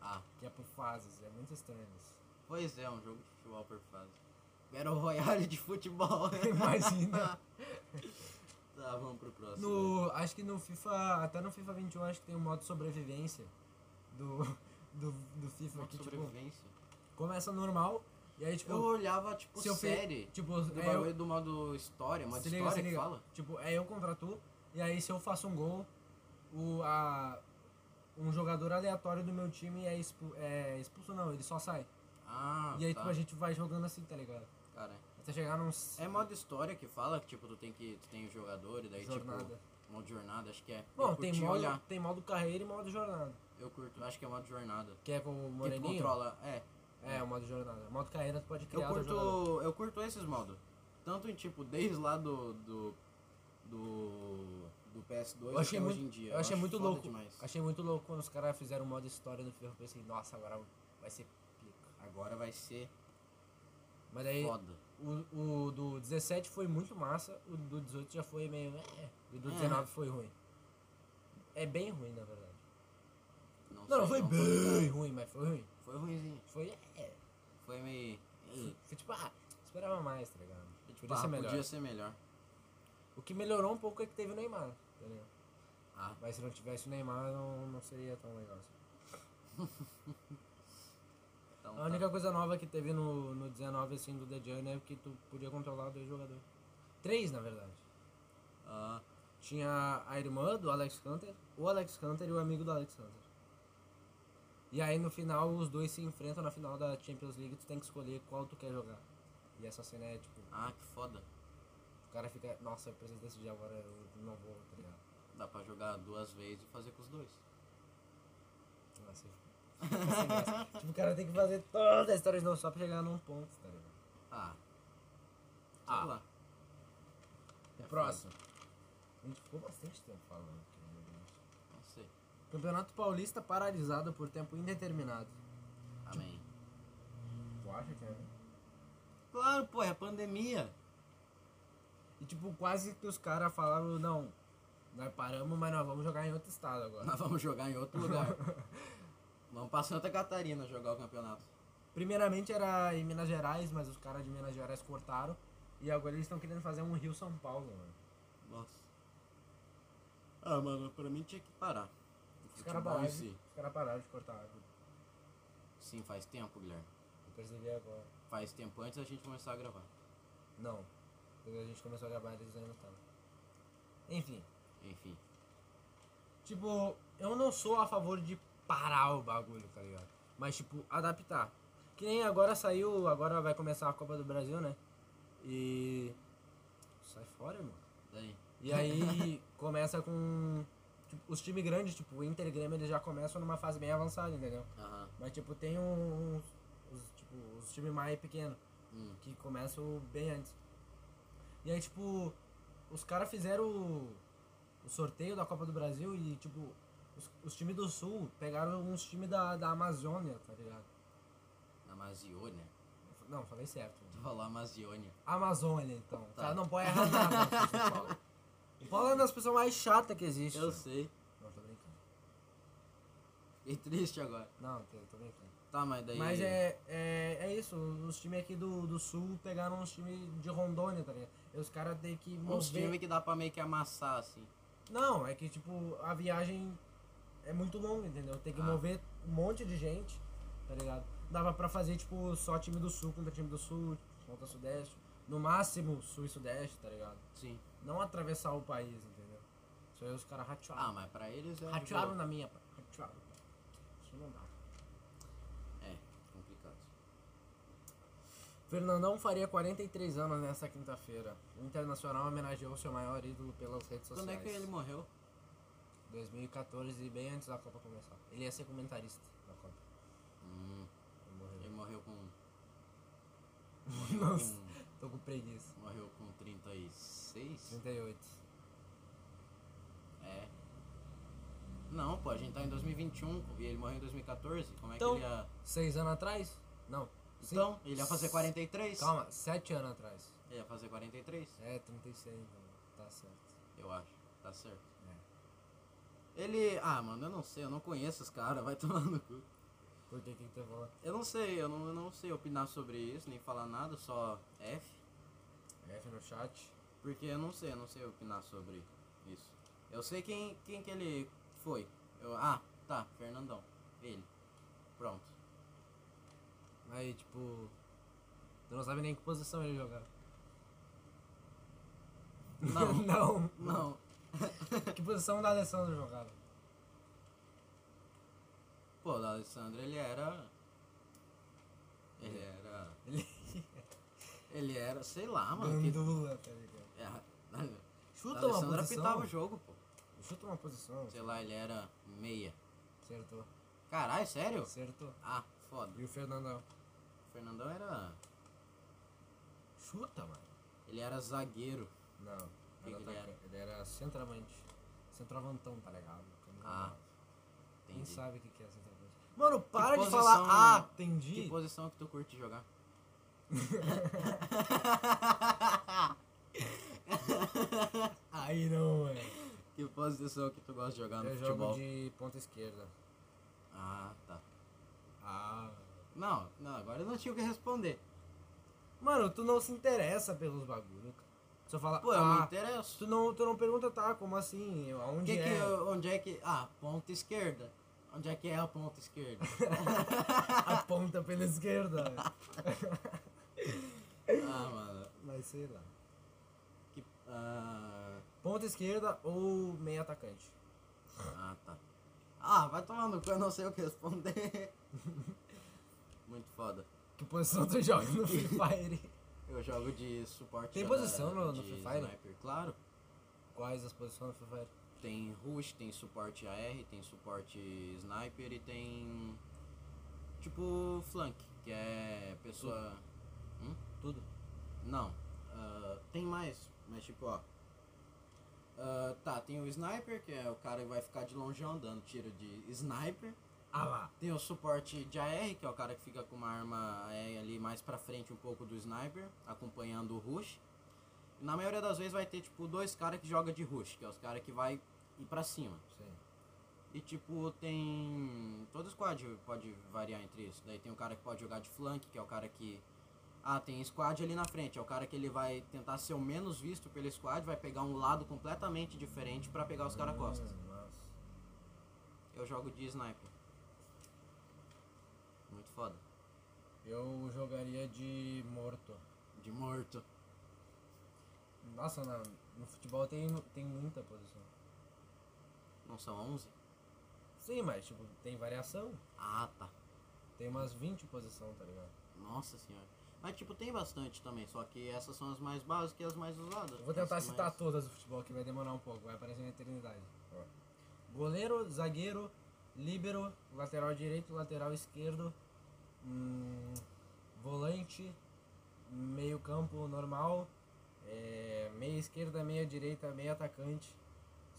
B: Ah,
A: Que é por fases, é muito estranho isso.
B: pois é, um jogo de futebol por fase. Battle Royale de futebol.
A: Imagina.
B: tá, vamos pro próximo.
A: No, acho que no FIFA, até no FIFA 21, acho que tem um modo sobrevivência do, do, do FIFA
B: Uma
A: que, tipo,
B: sobrevivência.
A: começa normal e aí, tipo,
B: eu olhava, tipo,
A: se eu fe-
B: série
A: Tipo,
B: do
A: é,
B: bagulho
A: eu,
B: do modo história, modo
A: se liga,
B: história
A: se
B: que
A: liga.
B: fala.
A: tipo, é eu contra tu, e aí se eu faço um gol, o, a, um jogador aleatório do meu time é, expu, é expulso, não, ele só sai.
B: Ah,
A: e aí,
B: tá.
A: tipo, a gente vai jogando assim, tá ligado?
B: Cara,
A: Até chegar nos
B: é modo história que fala, que, tipo, tu tem que... Tu tem o jogador e daí,
A: jornada.
B: tipo... Modo jornada, acho que é.
A: Bom,
B: eu
A: tem
B: curti
A: modo,
B: olhar.
A: tem modo carreira e modo jornada.
B: Eu curto, acho que é modo jornada.
A: Que é com o
B: Que tu
A: Moreninho.
B: controla, é.
A: É, o modo jornada. Modo carreira tu pode
B: Eu
A: criar outro jogador.
B: curto, eu curto esses modos. Tanto em tipo, desde lá do. do. do, do PS2
A: Eu achei
B: até
A: muito-
B: hoje em dia.
A: eu achei
B: acho
A: muito
B: foda
A: louco.
B: Demais.
A: Achei muito louco quando os caras fizeram o modo história no FIFA. Eu pensei, nossa, agora vai ser pica.
B: Agora vai ser
A: Mas daí,
B: foda.
A: O, o do 17 foi muito massa, o do 18 já foi meio. É, e o do
B: É.
A: 19 foi ruim. É bem ruim, na verdade.
B: Não,
A: Não,
B: sei,
A: não foi
B: não
A: bem ruim, mas foi ruim.
B: Foi ruimzinho.
A: Foi. É.
B: Foi meio. eh,
A: Foi tipo, ah, esperava mais, tá ligado?
B: tipo,
A: Podia
B: ah,
A: ser melhor.
B: podia ser melhor.
A: O que melhorou um pouco é que teve o Neymar, tá ligado?
B: Ah,
A: Mas se não tivesse o Neymar, não, não seria tão legal assim.
B: então.
A: A única coisa nova que teve no, no 19, assim, do The Journey é que tu podia controlar dois jogadores. Três, na verdade.
B: tá. Ah,
A: Tinha a irmã do Alex Hunter, o Alex Hunter e o amigo do Alex Hunter. E aí no final os dois se enfrentam na final da Champions League, tu tem que escolher qual tu quer jogar. E essa cena é tipo,
B: ah, que foda.
A: o cara fica, nossa, eu preciso decidir agora, eu não vou, tá ligado?
B: Dá pra jogar duas vezes e fazer com os dois.
A: Não vai ser- vai ser graça. tipo, o cara tem que fazer toda a história de novo só pra chegar num ponto, tá ligado?
B: Ah.
A: Ah.
B: Sei lá.
A: O próximo. A gente ficou bastante tempo falando aqui, né? meu Deus.
B: Não sei.
A: Campeonato Paulista paralisado por tempo indeterminado.
B: Amém.
A: Tu acha que é?
B: Claro, pô, é pandemia.
A: E tipo, quase que os caras falaram, não, nós paramos, mas nós vamos jogar em outro estado agora.
B: Nós vamos jogar em outro lugar. vamos pra Santa Catarina jogar o campeonato.
A: Primeiramente era em Minas Gerais, mas os caras de Minas Gerais cortaram. E agora eles estão querendo fazer um Rio São Paulo, mano.
B: Nossa. Ah, mano, pra mim tinha que parar. O
A: Os caras
B: futebol
A: pararam,
B: em
A: de-
B: si.
A: os cara pararam de cortar a árvore.
B: Sim, faz tempo, Guilherme.
A: Eu percebi agora.
B: Faz tempo antes da gente começar a gravar.
A: Não. Quando a gente começou a gravar, eles ainda estavam. Enfim.
B: Enfim.
A: Tipo, eu não sou a favor de parar o bagulho, tá ligado? Mas, tipo, adaptar. Que nem agora saiu, agora vai começar a Copa do Brasil, né? E. Sai fora, irmão.
B: Daí.
A: E aí começa com. tipo, os times grandes, tipo, o Inter e Grêmio, eles já começam numa fase bem avançada, entendeu?
B: Aham.
A: Mas, tipo, tem uns. Os, tipo, os times mais pequenos
B: Hum.
A: que começam bem antes. E aí, tipo, os caras fizeram o, o sorteio da Copa do Brasil e, tipo, os, os times do Sul pegaram uns times da, da Amazônia, tá ligado?
B: Na Amazônia.
A: Não, falei certo.
B: Tu falou Amazônia.
A: Amazônia, então. O
B: Tá.
A: cara não pode errar nada. né, seu Paulo. O Paulo é uma das pessoas mais chatas que existe.
B: Eu sei.
A: Não, tô brincando.
B: Fiquei triste agora.
A: Não, tô, tô brincando.
B: Tá, mas daí.
A: Mas é, é, é isso, os times aqui do, do Sul pegaram uns times de Rondônia, tá ligado? E os caras têm que
B: Uns
A: mover...
B: times que dá pra meio que amassar, assim.
A: Não, é que tipo, a viagem é muito longa, entendeu? Tem que
B: Ah.
A: mover um monte de gente, tá ligado? Dava pra fazer, tipo, só time do sul contra time do sul, contra sudeste. No máximo, sul e sudeste, tá ligado?
B: Sim.
A: Não atravessar o país, entendeu? Isso aí os caras ratearam.
B: Ah, mas pra eles é. de
A: ratearam
B: boa.
A: na minha, pá. Ratearam. Isso não dá.
B: É, complicado.
A: Fernandão faria 43 anos nessa quinta-feira. O Internacional homenageou seu maior ídolo pelas redes sociais.
B: Quando é que ele morreu?
A: 2014, bem antes da Copa começar. Ele ia ser comentarista da Copa.
B: Hum,
A: Ele morreu.
B: ele morreu com.
A: Nossa, tô com preguiça.
B: Morreu com 36?
A: 38.
B: É. Não, pô, a gente tá em 2021 e ele morreu em 2014. Como é
A: Então-
B: que ele ia.
A: Seis anos atrás? Não. Sim.
B: Então, ele ia fazer 43?
A: Calma, sete anos atrás.
B: Ele ia fazer 43?
A: É, 36, então. Tá certo.
B: Eu acho. Tá certo.
A: É.
B: Ele. Ah, mano, eu não sei, eu não conheço os caras, vai tomar no cu.
A: Por que que tu falou?
B: Eu não sei, eu não, eu não sei opinar sobre isso, nem falar nada, só F.
A: F no chat.
B: Porque eu não sei, eu não sei opinar sobre isso. Eu sei quem, quem que ele foi. Eu, ah, tá, Fernandão. Ele. Pronto.
A: Aí, tipo... Tu não sabe nem que posição ele jogava.
B: Não,
A: não.
B: não.
A: Que posição da Alessandro jogava?
B: Pô, o Alessandro, ele era. Ele era.
A: Ele...
B: Ele era, sei lá, mano. Que,
A: Gandula, tá ligado?
B: é,
A: Chuta uma
B: Alessandro apitava o
A: posição.
B: jogo, pô.
A: Chuta uma posição.
B: Sei lá, ele era meia.
A: Acertou.
B: Caralho, sério?
A: Acertou.
B: Ah, foda.
A: E o Fernandão?
B: O Fernandão era.
A: Chuta, mano.
B: Ele era zagueiro.
A: Não, era
B: que ele
A: atacante.
B: era?
A: ele era centroavante. Centroavantão, tá ligado?
B: Ah,
A: Quem
B: Entendi.
A: sabe o que que é centroavante? Mano, para de falar,
B: posição-
A: ah,
B: Que
A: entendi.
B: posição que tu curte jogar?
A: Aí não, é.
B: Que posição que tu gosta de jogar Tá no
A: Eu
B: futebol?
A: jogo de ponta esquerda.
B: Ah, tá.
A: Ah.
B: Não, não, agora eu não tinha o que responder.
A: Mano, tu não se interessa pelos bagulhos, cara. Só fala,
B: Pô, é eu
A: ah,
B: me interesso.
A: tu não, tu não pergunta, tá, como assim, aonde
B: Que que
A: é?
B: eu- onde é que. Ah, ponta esquerda. Onde é que é a ponta esquerda?
A: A ponta pela esquerda.
B: ah, mano.
A: Mas sei lá.
B: Que, ah,
A: Ponta esquerda ou meio atacante.
B: ah, tá. Ah, vai tomar no cu, eu não sei o que responder. Muito foda.
A: Que posição tu joga no Free Fire?
B: Eu jogo de suporte.
A: Tem
B: da-
A: posição no- no
B: de
A: Free Fire?
B: Sniper, claro.
A: Quais as posições no Free Fire?
B: Tem rush, tem suporte AR, tem suporte sniper e tem. Tipo flank, que é pessoa. Hum?
A: Tudo.
B: Não. ah, tem mais, mas tipo, ó. Ah, tá, tem o sniper, que é o cara que vai ficar de longeão dando tiro de sniper.
A: Ah lá.
B: Tem o suporte de AR, que é o cara que fica com uma arma AR ali mais pra frente um pouco do sniper, acompanhando o rush. Na maioria das vezes vai ter, tipo, dois caras que joga de rush, que é os caras que vai ir pra cima.
A: Sim.
B: E tipo, tem. Todo squad pode variar entre isso. Daí tem o cara que pode jogar de flank, que é o cara que. Ah, tem squad ali na frente. É o cara que ele vai tentar ser o menos visto pelo squad, vai pegar um lado completamente diferente pra pegar os caras costas.
A: Hum, nossa.
B: Eu jogo de sniper. Muito foda.
A: Eu jogaria de morto.
B: De morto.
A: Nossa, na- no futebol tem, tem muita posição.
B: Não são 11?
A: Sim, mas tipo, tem variação.
B: Ah, tá.
A: Tem umas 20 posições, tá ligado?
B: Nossa senhora. Mas tipo, tem bastante também, só que essas são as mais básicas e as mais usadas.
A: Eu vou tentar
B: As
A: citar
B: mais-
A: todas do futebol, que vai demorar um pouco, vai parecer uma eternidade. Ó. Goleiro, zagueiro, líbero, lateral direito, lateral esquerdo, hum, volante, meio campo normal, é, meia esquerda, meia direita, meia atacante.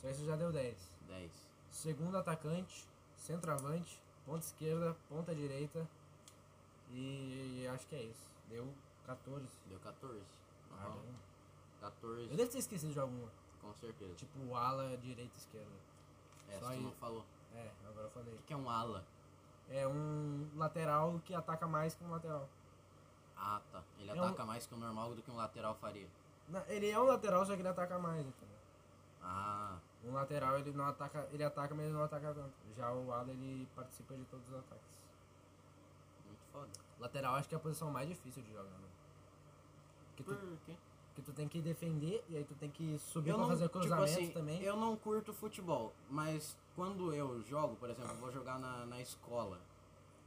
A: Só isso já deu 10.
B: 10.
A: Segundo atacante, centroavante, ponta esquerda, ponta direita. E acho que é isso. Deu 14.
B: Deu 14. Não
A: Ah,
B: rola.
A: bem.
B: 14,
A: Eu devo ter esquecido de alguma.
B: com certeza.
A: Tipo ala, direita, esquerda.
B: Essa
A: tipo, só
B: tu
A: aí.
B: não falou. O
A: É, agora eu falei.
B: que que é um ala?
A: É um lateral que ataca mais que um lateral.
B: Ah, tá. Ele
A: É um-
B: ataca mais que o normal do que um lateral faria.
A: Na- Ele é um lateral, só que ele ataca mais, entendeu?
B: Ah,
A: Um lateral ele não ataca, ele ataca, mas ele não ataca tanto. Já o ala ele participa de todos os ataques.
B: muito foda.
A: Lateral acho que é a posição mais difícil de jogar, né? Porque tu,
B: Por quê?
A: que tu tem que defender e aí tu tem que subir
B: Hum. Eu
A: pra
B: não,
A: fazer o
B: tipo
A: cruzamento
B: assim,
A: também.
B: eu não curto futebol, mas quando eu jogo, por exemplo, eu vou jogar na, na escola,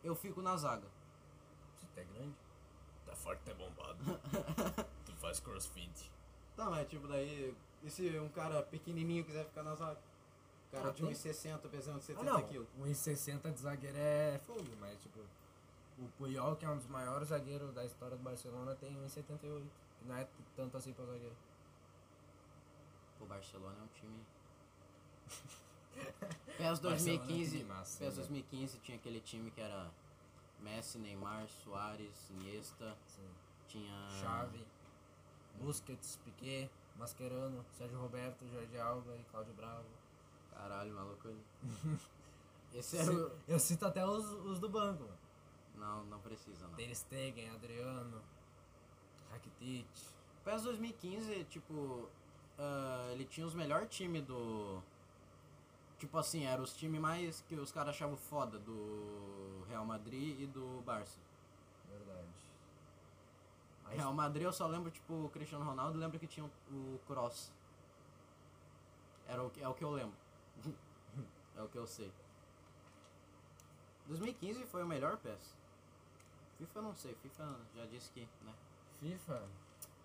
B: eu fico na zaga.
A: Se tu é grande.
C: Tá forte, tá bombado. tu faz crossfit.
B: Tá, mas tipo, daí, e se um cara pequenininho quiser ficar na zaga? O cara
A: Ah,
B: de
A: tem-
B: 1,60 pesando
A: Ah,
B: 70
A: não.
B: quilos.
A: Um 60 de zagueiro é fogo, mas tipo. O Puyol, que é um dos maiores zagueiros da história do Barcelona, tem 1,78. Que não é t- tanto assim pra zagueiro.
B: O Barcelona é um time.
A: Barcelona é um time
B: PES 2015,
A: massa,
B: PES
A: né?
B: 2015 tinha aquele time que era Messi, Neymar, Soares, Iniesta,
A: Assim.
B: tinha
A: Chave, Busquets, Piquet, Mascherano, Sérgio Roberto, Jorge Alba e Cláudio Bravo.
B: Caralho, maluco. Esse era o...
A: Ci- Eu cito até os, os do banco. mano.
B: Não, não precisa, não.
A: Ter Stegen, Adriano, Rakitic.
B: PES 2015, tipo, ah, ele tinha os melhores times do. Tipo assim, eram os times mais que os caras achavam foda do Real Madrid e do Barça.
A: Verdade. Mas-
B: Real Madrid eu só lembro, tipo, o Cristiano Ronaldo, lembro que tinha o Cross. Era o, que- é o que eu lembro. é o que eu sei. 2015 foi o melhor PES. FIFA eu não sei, FIFA já disse que, né?
A: FIFA,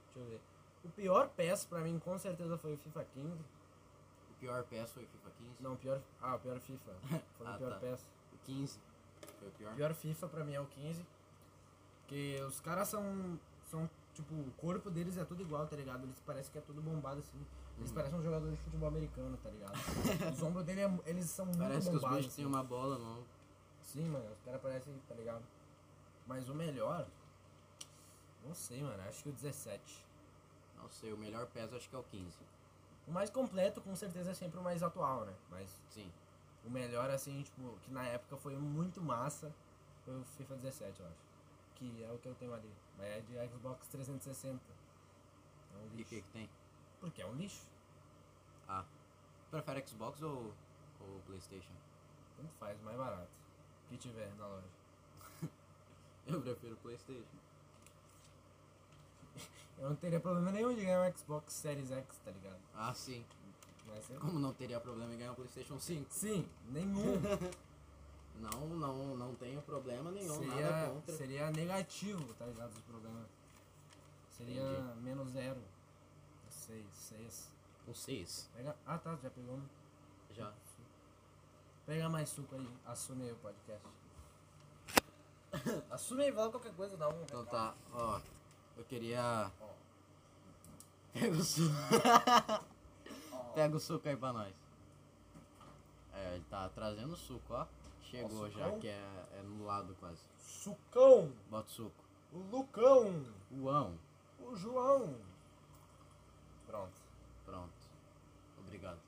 A: deixa eu ver. O pior PES pra mim com certeza foi o FIFA 15.
B: O pior PES foi FIFA 15.
A: Não, o pior. Ah, o pior FIFA. Foi
B: Ah,
A: o pior
B: tá.
A: PES.
B: O 15 foi o
A: O
B: pior.
A: pior FIFA pra mim é o 15. Porque os caras são. são tipo, o corpo deles é tudo igual, tá ligado? Eles parecem que é tudo bombado assim. Eles
B: Hum.
A: parecem um jogador de futebol americano, tá ligado? os ombros dele é- eles são muito
B: Parece que os
A: bombados. assim.
B: bichos têm uma bola, não.
A: Sim, mano, os caras parecem, tá ligado? Mas o melhor. Não sei, mano. Acho que o 17.
B: Não sei, o melhor PES acho que é o 15.
A: O mais completo, com certeza, é sempre o mais atual, né? Mas
B: Sim.
A: O melhor, assim, tipo, que na época foi muito massa, foi o FIFA 17, eu acho. Que é o que eu tenho ali. Mas é de Xbox 360. É um
B: E o que
A: lixo.
B: que tem?
A: Porque é um lixo.
B: Ah. Prefere Xbox ou, ou Playstation?
A: Tanto faz, mais barato. Que tiver na loja.
B: Eu prefiro Playstation.
A: Eu não teria problema nenhum de ganhar um Xbox Series X, tá ligado?
B: Ah, sim.
A: Mas eu...
B: Como não teria problema em ganhar um Playstation 5?
A: Sim, nenhum.
B: Não, não, não tenho problema nenhum, nada
A: seria,
B: contra.
A: seria negativo, tá ligado? Os problemas. Seria
B: Entendi.
A: menos zero. Seis, seis.
B: Um 6.
A: Pega... Ah, tá, já pegou um.
B: Já.
A: Pega mais suco aí, assume aí o podcast. assume aí, fala qualquer coisa, dá um.
B: Então tá, ó. Eu queria.
A: Ó.
B: Pega o suco. Pega o suco aí pra nós. É, ele tá trazendo suco, ó. Chegou
A: Ó,
B: já,
A: sucão.
B: que é, é no lado quase.
A: Sucão,
B: Bota o suco.
A: o Lucão,
B: Uão.
A: o João. Pronto.
B: Pronto. Obrigado.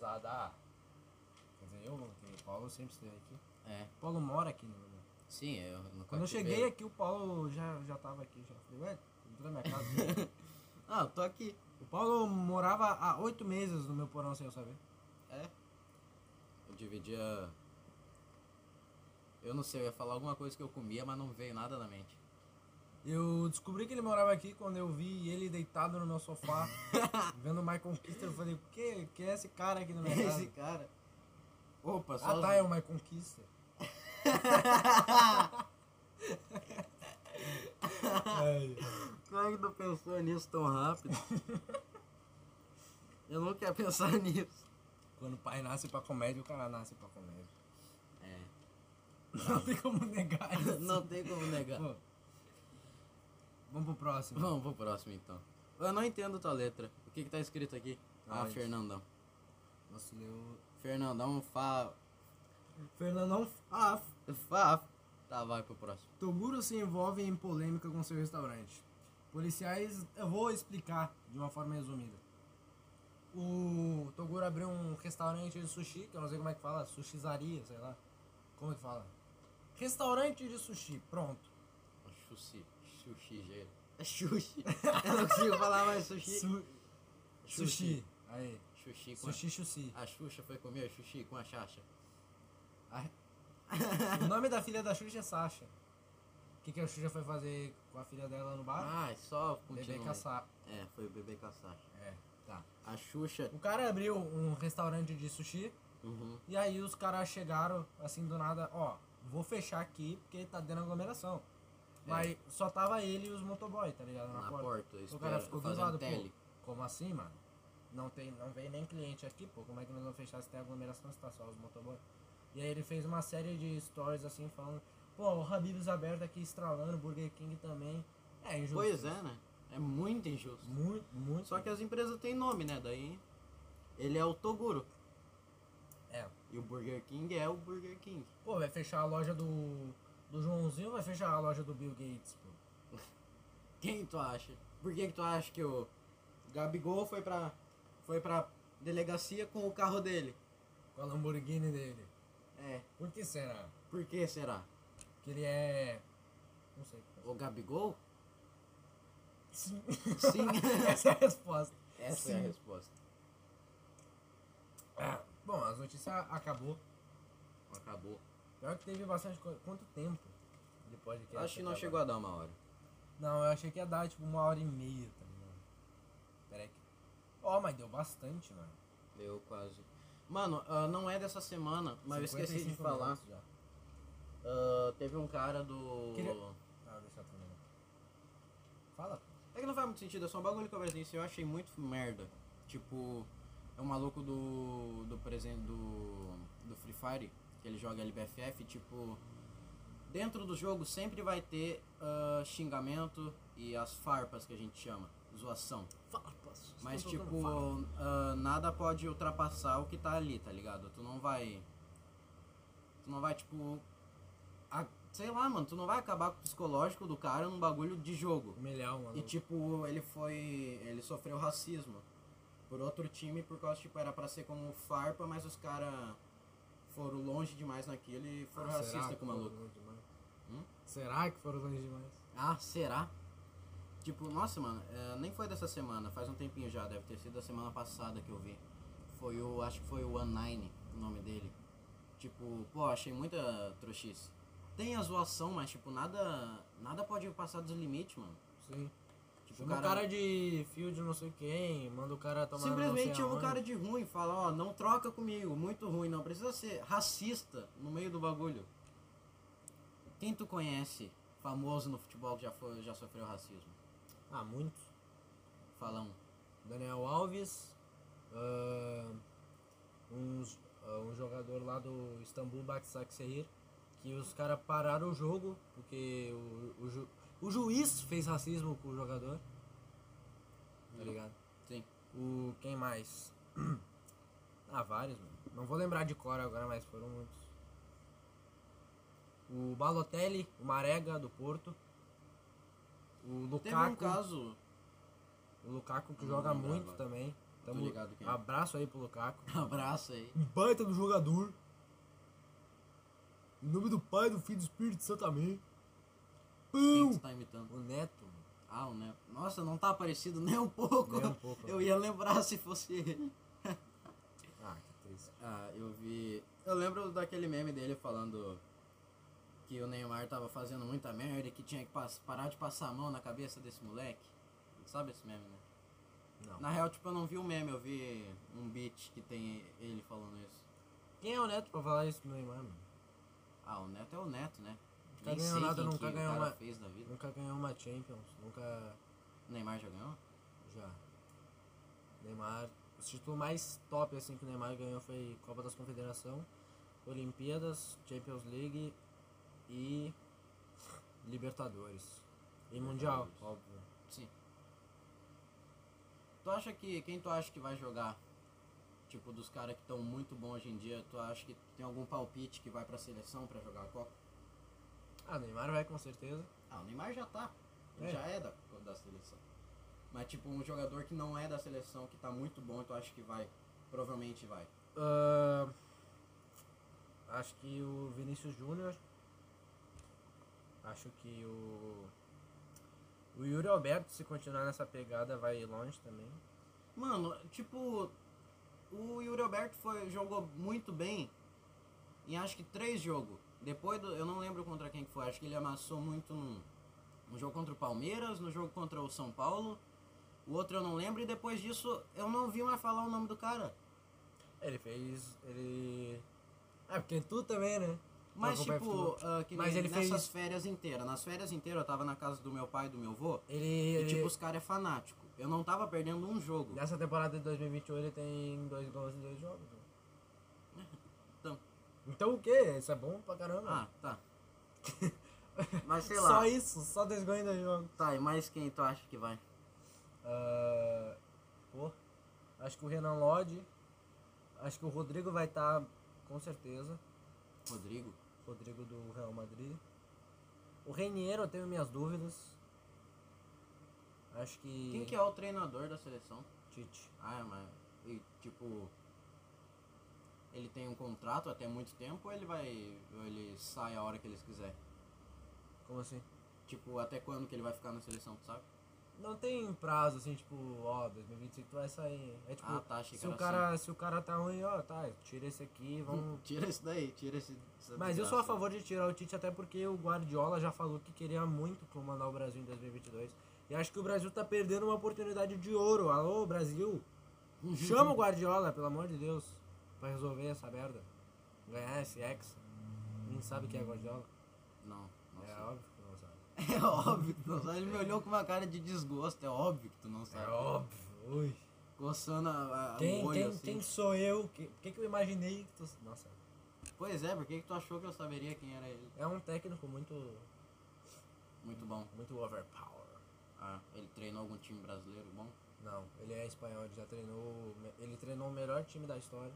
A: Canadá. Ah, Quer dizer, eu não, porque o Paulo sempre esteve aqui.
B: É.
A: O Paulo mora aqui, na verdade.
B: Sim, eu no
A: Quando eu
B: cativeiro.
A: cheguei aqui, o Paulo já, já tava aqui. Já falei, ué, entrou na minha casa.
B: Ah, eu tô aqui.
A: o Paulo morava há oito meses no meu porão sem eu saber.
B: É. Eu dividia. Eu não sei, eu ia falar alguma coisa que eu comia, mas não veio nada na mente.
A: Eu descobri que ele morava aqui quando eu vi ele deitado no meu sofá, vendo o Michael Kister. Eu falei, que, que é esse cara aqui na minha
B: Esse
A: casa?
B: cara. Opa, só.
A: Ah tá, é o Michael Kister. Ai.
B: Como é que tu pensou nisso tão rápido? eu não quero pensar nisso.
A: Quando o pai nasce pra comédia, o cara nasce pra comédia.
B: É.
A: Não tem como negar isso.
B: Não tem como negar.
A: Pô. Vamos pro próximo.
B: Vamos pro próximo então. Eu não entendo tua letra. O que que tá escrito aqui?
A: Ah,
B: Ah,
A: isso.
B: Fernandão.
A: Você leu.
B: Fernandão fa.
A: Fernandão ah, Faf.
B: fa. Tá, vai pro próximo.
A: Toguro se envolve em polêmica com seu restaurante. Policiais. Eu vou explicar de uma forma resumida. O Toguro abriu um restaurante de sushi, que eu não sei como é que fala, sushizaria, sei lá. Como é que fala? Restaurante de sushi, pronto.
B: Sushi. Sushi, gelo. É sushi. Eu não consigo falar mais sushi.
A: Su- sushi. Aí.
B: Sushi com
A: Sushi, sushi.
B: a... a Xuxa foi comer sushi com a Xaxa.
A: O nome da filha da Xuxa é Sasha. O que, que a Xuxa foi fazer com a filha dela no bar?
B: Ah, é só
A: Bebê
B: continua.
A: caçar.
B: É, foi o bebê com a Sasha.
A: É, tá.
B: A Xuxa.
A: O cara abriu um restaurante de sushi
B: Uhum.
A: e aí os caras chegaram assim do nada, ó, vou fechar aqui porque tá dando aglomeração. Mas só tava ele e os motoboy, tá ligado? Na,
B: É. Na
A: porta.
B: porta,
A: o
B: espera,
A: cara ficou do
B: fazendo
A: lado,
B: tele.
A: pô, como assim, mano? Não, tem, não vem nem cliente aqui, pô, como é que nós vamos fechar se tem aglomeração se tá só os motoboy? E aí ele fez uma série de stories assim, falando, pô, o Habib's aberto aqui estralando, Burger King também. É injusto.
B: Pois é, né? É muito injusto.
A: Muito, muito.
B: Só que as empresas têm nome, né? Daí ele é o Toguro.
A: É.
B: E o Burger King é o Burger King.
A: Pô, vai fechar a loja do, do Joãozinho, vai fechar a loja do Bill Gates, pô.
B: Quem tu acha? Por que, que tu acha que o Gabigol foi pra, foi pra delegacia com o carro dele?
A: Com a Lamborghini dele.
B: É,
A: Por que será?
B: por que será?
A: Porque ele é. Não sei.
B: O Gabigol?
A: Sim.
B: Sim.
A: Essa é a resposta.
B: Essa é a
A: Sim.
B: resposta.
A: Ah, Bom, as notícias acabou.
B: Acabou.
A: Pior que teve bastante coisa. Quanto tempo de podcast?
B: Acho que não
A: acaba?
B: chegou a dar uma hora.
A: Não, eu achei que ia dar tipo uma hora e meia, tá ligado? Peraí. que- Ó, mas deu bastante, mano.
B: Deu quase. Mano, ah, não é dessa semana, mas eu esqueci de
A: 55
B: falar.
A: minutos já.
B: Ah, teve um cara do.
A: Queria- Ah, deixa eu terminar. Fala. pô.
B: É que não faz muito sentido, é só um bagulho que eu vejo nisso e eu achei muito merda. Tipo, é um maluco do. do presente do. do Free Fire, que ele joga LBFF, tipo. Dentro do jogo sempre vai ter ah, xingamento e as farpas que a gente chama, zoação. Mas
A: Estou tocando
B: tipo,
A: fala.
B: ah, nada pode ultrapassar o que tá ali, tá ligado? Tu não vai. Tu não vai, tipo. a- sei lá, mano, tu não vai acabar com o psicológico do cara num bagulho de jogo.
A: Um milhão, mano.
B: E tipo, ele foi. ele sofreu racismo por outro time por causa, tipo, era pra ser como farpa, mas os caras foram longe demais naquilo e foram
A: Ah, será
B: racistas
A: que
B: com o
A: foram
B: maluco.
A: longe demais?
B: Hum?
A: Será que foram longe demais?
B: Ah, será? Tipo, nossa, mano, é, nem foi dessa semana, faz um tempinho já, deve ter sido da semana passada que eu vi. Foi o, acho que foi o One Nine, o nome dele. Tipo, pô, achei muita trouxice. Tem a zoação, mas, tipo, nada nada pode passar dos limites, mano.
A: Sim.
B: Tipo,
A: Chama o cara de fio de não sei quem, manda o cara tomar
B: Simplesmente chama
A: chama
B: o cara de ruim, fala, ó, não troca comigo, muito ruim, não precisa ser racista no meio do bagulho. Quem tu conhece, famoso no futebol que já, foi, já sofreu racismo?
A: Ah, muito.
B: Fala um.
A: Daniel Alves, ahn, uns- ah, um jogador lá do Istambul Baksakşehir, que os caras pararam o jogo, porque o, o, ju- o juiz fez racismo com o jogador. Tá ligado?
B: Sim.
A: O quem mais? Ah, vários, mano. Não vou lembrar de cor agora, mas foram muitos. O Balotelli, o Marega do Porto. O
B: Teve um
A: Lukaku,
B: caso,
A: o Lukaku que
B: Não
A: joga
B: lembro
A: muito
B: agora.
A: também. Tamo,
B: Tô ligado quem é.
A: Abraço aí pro Lukaku.
B: Abraço aí.
A: Um baita do jogador. Em nome do Pai, do Filho e do Espírito Santo, amém.
B: Quem
A: Pão!
B: que tu tá imitando?
A: O Neto. mano.
B: Ah, o Neto. Nossa, não tá aparecido nem um pouco.
A: Nem um pouco.
B: Eu ia lembrar se fosse ele.
A: Ah, que triste.
B: Ah, eu vi. Eu lembro daquele meme dele falando que o Neymar tava fazendo muita merda e que tinha que pas- parar de passar a mão na cabeça desse moleque. Sabe esse meme, né?
A: Não.
B: Na real, tipo, eu não vi o meme, eu vi um beat que tem ele falando isso.
A: Quem é o Neto pra falar isso pro Neymar, mano?
B: Ah, o Neto é o Neto, né?
A: Nunca ganhou Tá nada,
B: quem
A: nunca
B: que o
A: ganhou
B: cara
A: uma-
B: fez da vida.
A: Nunca ganhou uma Champions. Nunca.
B: O Neymar já ganhou?
A: Já. Neymar. O título mais top assim que o Neymar ganhou foi Copa das Confederação, Olimpíadas, Champions League e Libertadores. E Mundial, óbvio.
B: Sim. Tu acha que. Quem tu acha que vai jogar? Tipo, dos caras que estão muito bons hoje em dia, tu acha que tem algum palpite que vai pra seleção pra jogar a Copa?
A: Ah, Neymar vai com certeza.
B: Ah, o Neymar já tá. Ele
A: É.
B: já é da, da seleção. Mas tipo, um jogador que não é da seleção, que tá muito bom, tu acha que vai. Provavelmente vai.
A: Ahn, acho que o Vinícius Júnior. Acho que o. O Yuri Alberto, se continuar nessa pegada, vai longe também.
B: Mano, tipo, o Yuri Alberto foi, jogou muito bem em acho que três jogos. Depois do. Eu não lembro contra quem que foi, acho que ele amassou muito num, no jogo contra o Palmeiras, no jogo contra o São Paulo. O outro eu não lembro, e depois disso eu não vi mais falar o nome do cara.
A: Ele fez. Ele. Ah, porque tu também, né?
B: Mas,
A: Não acompanha
B: tipo,
A: futebol.
B: ah, que
A: Mas
B: nem
A: ele
B: nessas
A: fez-
B: férias inteiras. Nas férias inteiras eu tava na casa do meu pai e do meu avô.
A: ele.
B: E,
A: ele-
B: tipo, os caras é fanático. Eu não tava perdendo um jogo.
A: Nessa temporada de 2021 ele tem dois gols em dois jogos. né?
B: Então.
A: Então o quê? Isso é bom pra caramba.
B: Ah, tá. Mas sei lá.
A: Só isso, só dois gols em dois jogos.
B: Tá, e mais quem tu acha que vai?
A: Ah, pô, acho que o Renan Lodge. Acho que o Rodrigo vai estar, com certeza.
B: Rodrigo?
A: Rodrigo do Real Madrid. O Reniero, eu tenho minhas dúvidas. Acho que.
B: Quem que é o treinador da seleção?
A: Tite.
B: Ah, mas. E, tipo. Ele tem um contrato até muito tempo ou ele vai. Ou ele sai a hora que eles quiser?
A: Como assim?
B: Tipo, até quando que ele vai ficar na seleção, tu sabe?
A: Não tem prazo assim, tipo, ó, 2025 tu vai sair. É tipo,
B: Ah, tá, achei que
A: se, o
B: era
A: cara, se o cara tá ruim, ó, tá, tira esse aqui, vamos.
B: Tira isso daí, tira esse. essa
A: Hum. Mas eu sou a
B: desgraça.
A: favor de tirar o Tite, até porque o Guardiola já falou que queria muito comandar o Brasil em 2022. E acho que o Brasil tá perdendo uma oportunidade de ouro. Alô, Brasil!
B: Uhum.
A: Chama o Guardiola, pelo amor de Deus, pra resolver essa merda. Ganhar esse ex. Nem sabe quem é Guardiola.
B: Não, não
A: É
B: sei.
A: óbvio que não sabe.
B: É óbvio que tu não sabe. Ele me olhou com uma cara de desgosto, é óbvio que tu não sabe.
A: É óbvio. Ui.
B: Coçando a, a,
A: Quem,
B: o olho
A: quem,
B: assim.
A: quem sou eu? Que- Por que, que eu imaginei que tu. Nossa.
B: Pois é, por que que tu achou que eu saberia quem era ele?
A: É um técnico muito.
B: Muito bom.
A: muito overpower.
B: Ah, ele treinou algum time brasileiro bom?
A: Não, ele é espanhol, ele já treinou. o me- Ele treinou o melhor time da história,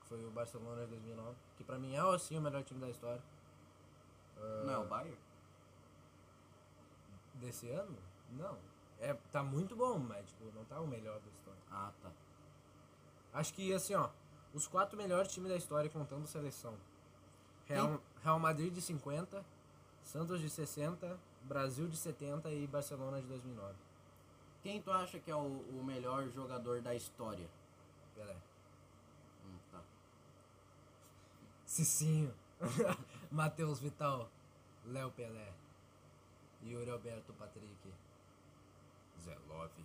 A: que foi o Barcelona de 2009, que pra mim é assim o melhor time da história. Ah,
B: Não é o Bayern?
A: Desse ano? Não. É, tá muito bom, mas tipo, não tá o melhor da história.
B: Ah, tá.
A: Acho que assim, ó, os quatro melhores times da história contando seleção. Real, Real Madrid de 50, Santos de 60, Brasil de 70 e Barcelona de 2009.
B: Quem tu acha que é o, o melhor jogador da história?
A: Pelé.
B: Hum, tá.
A: Cicinho, Matheus Vital, Léo Pelé, Yuri Alberto Patrick.
C: Zé Love.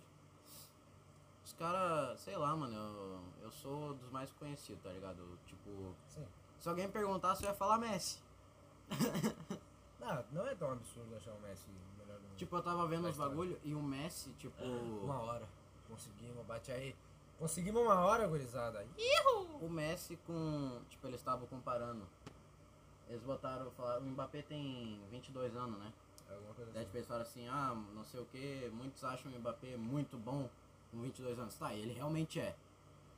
B: Os caras, sei lá, mano, eu, eu sou dos mais conhecidos, tá ligado? Tipo,
A: Sim.
B: se alguém me perguntasse, eu ia falar Messi.
A: Não, não é tão absurdo achar o Messi o melhor do mundo.
B: Tipo, eu tava vendo
A: Da
B: os
A: história.
B: bagulho e o Messi, tipo.
A: uma hora. Conseguimos, bate aí. Conseguimos uma hora, gurizada. Ih,
B: O Messi com. Tipo, eles estavam comparando. Eles botaram, falaram, o Mbappé tem 22 anos, né?
A: Alguma coisa
B: Daí
A: assim.
B: pensaram assim, ah, não sei o que, muitos acham o Mbappé muito bom com 22 anos. Tá, ele realmente é.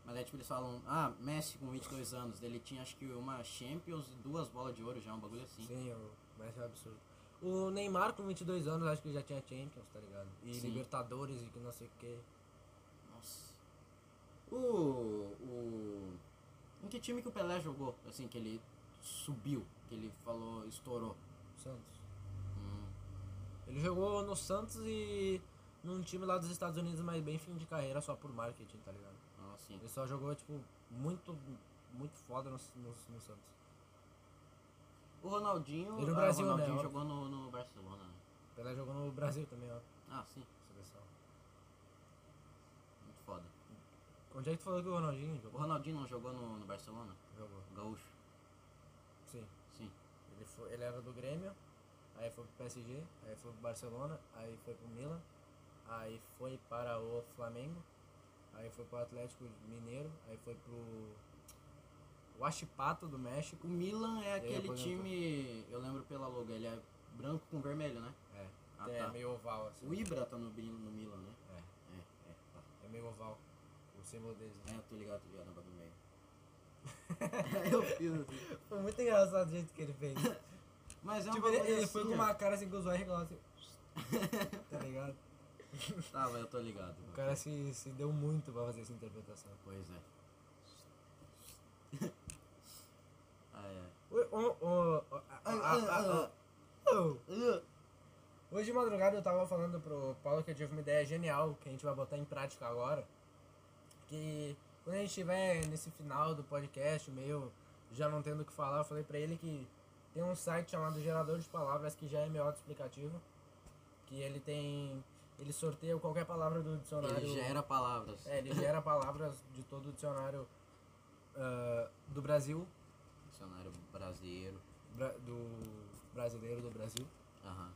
B: Mas aí tipo, eles falam, ah, Messi com 22 anos, ele tinha acho que uma Champions e duas bolas de ouro já, um bagulho assim.
A: Sim, o Messi é um absurdo. O Neymar com 22 anos, acho que já tinha Champions, tá ligado? E
B: Sim.
A: Libertadores e que não sei o que.
B: Nossa. O, o. Em que time que o Pelé jogou? Assim, que ele subiu, que ele falou, estourou.
A: Santos.
B: Hum,
A: Ele jogou no Santos e num time lá dos Estados Unidos, mas bem fim de carreira só por marketing, tá ligado?
B: ah, sim.
A: Ele só jogou, tipo, muito, muito foda no, no, no Santos.
B: O Ronaldinho.
A: E no
B: ah,
A: Brasil,
B: o
A: né?
B: Ronaldinho
A: Ó.
B: jogou no, no Barcelona. né?
A: Pelé jogou no Brasil também, ó,
B: Ah, sim.
A: seleção.
B: Muito foda.
A: Onde é que tu falou que o Ronaldinho
B: O
A: jogou?
B: Ronaldinho não jogou no, no Barcelona?
A: Jogou,
B: O Gaúcho.
A: sim.
B: Sim.
A: Ele, foi, ele era do Grêmio, aí foi pro PSG, aí foi pro Barcelona, aí foi pro Milan, aí foi para o Flamengo, aí foi pro Atlético Mineiro, aí foi pro Huachipato do México.
B: O Milan é
A: E aí,
B: aquele
A: aposentou.
B: time. Eu lembro pela logo, ele é branco com vermelho, né?
A: É,
B: Ah,
A: é
B: tá.
A: meio oval assim.
B: O Ibra tá no, Bil- no Milan, né?
A: É,
B: É, é, tá.
A: é meio oval. O símbolo deles.
B: É, eu tô ligado, tô ligado, no bagulho meio. eu fiz. assim.
A: Foi muito engraçado o jeito que ele fez.
B: Mas é um
A: tipo, ele,
B: bagulho
A: ele foi
B: assim,
A: com
B: ó.
A: uma cara assim com o zóio regular assim. tá ligado?
B: Tá, mas eu tô ligado.
A: O cara é se, se deu muito pra fazer essa interpretação.
B: Pois é. ah, é.
A: Ui, oh, oh, oh, ah, ah, ah, ah, oh. Hoje de madrugada eu tava falando pro Paulo que eu tive uma ideia genial que a gente vai botar em prática agora. Que quando a gente estiver nesse final do podcast, meio já não tendo o que falar, eu falei pra ele que tem um site chamado Gerador de Palavras que já é meio auto-explicativo. Que ele tem. Ele sorteia qualquer palavra do dicionário.
B: Ele gera palavras.
A: É, ele gera palavras de todo o dicionário ah, do Brasil,
B: Dicionário brasileiro.
A: bra- do brasileiro do Brasil.
B: Aham.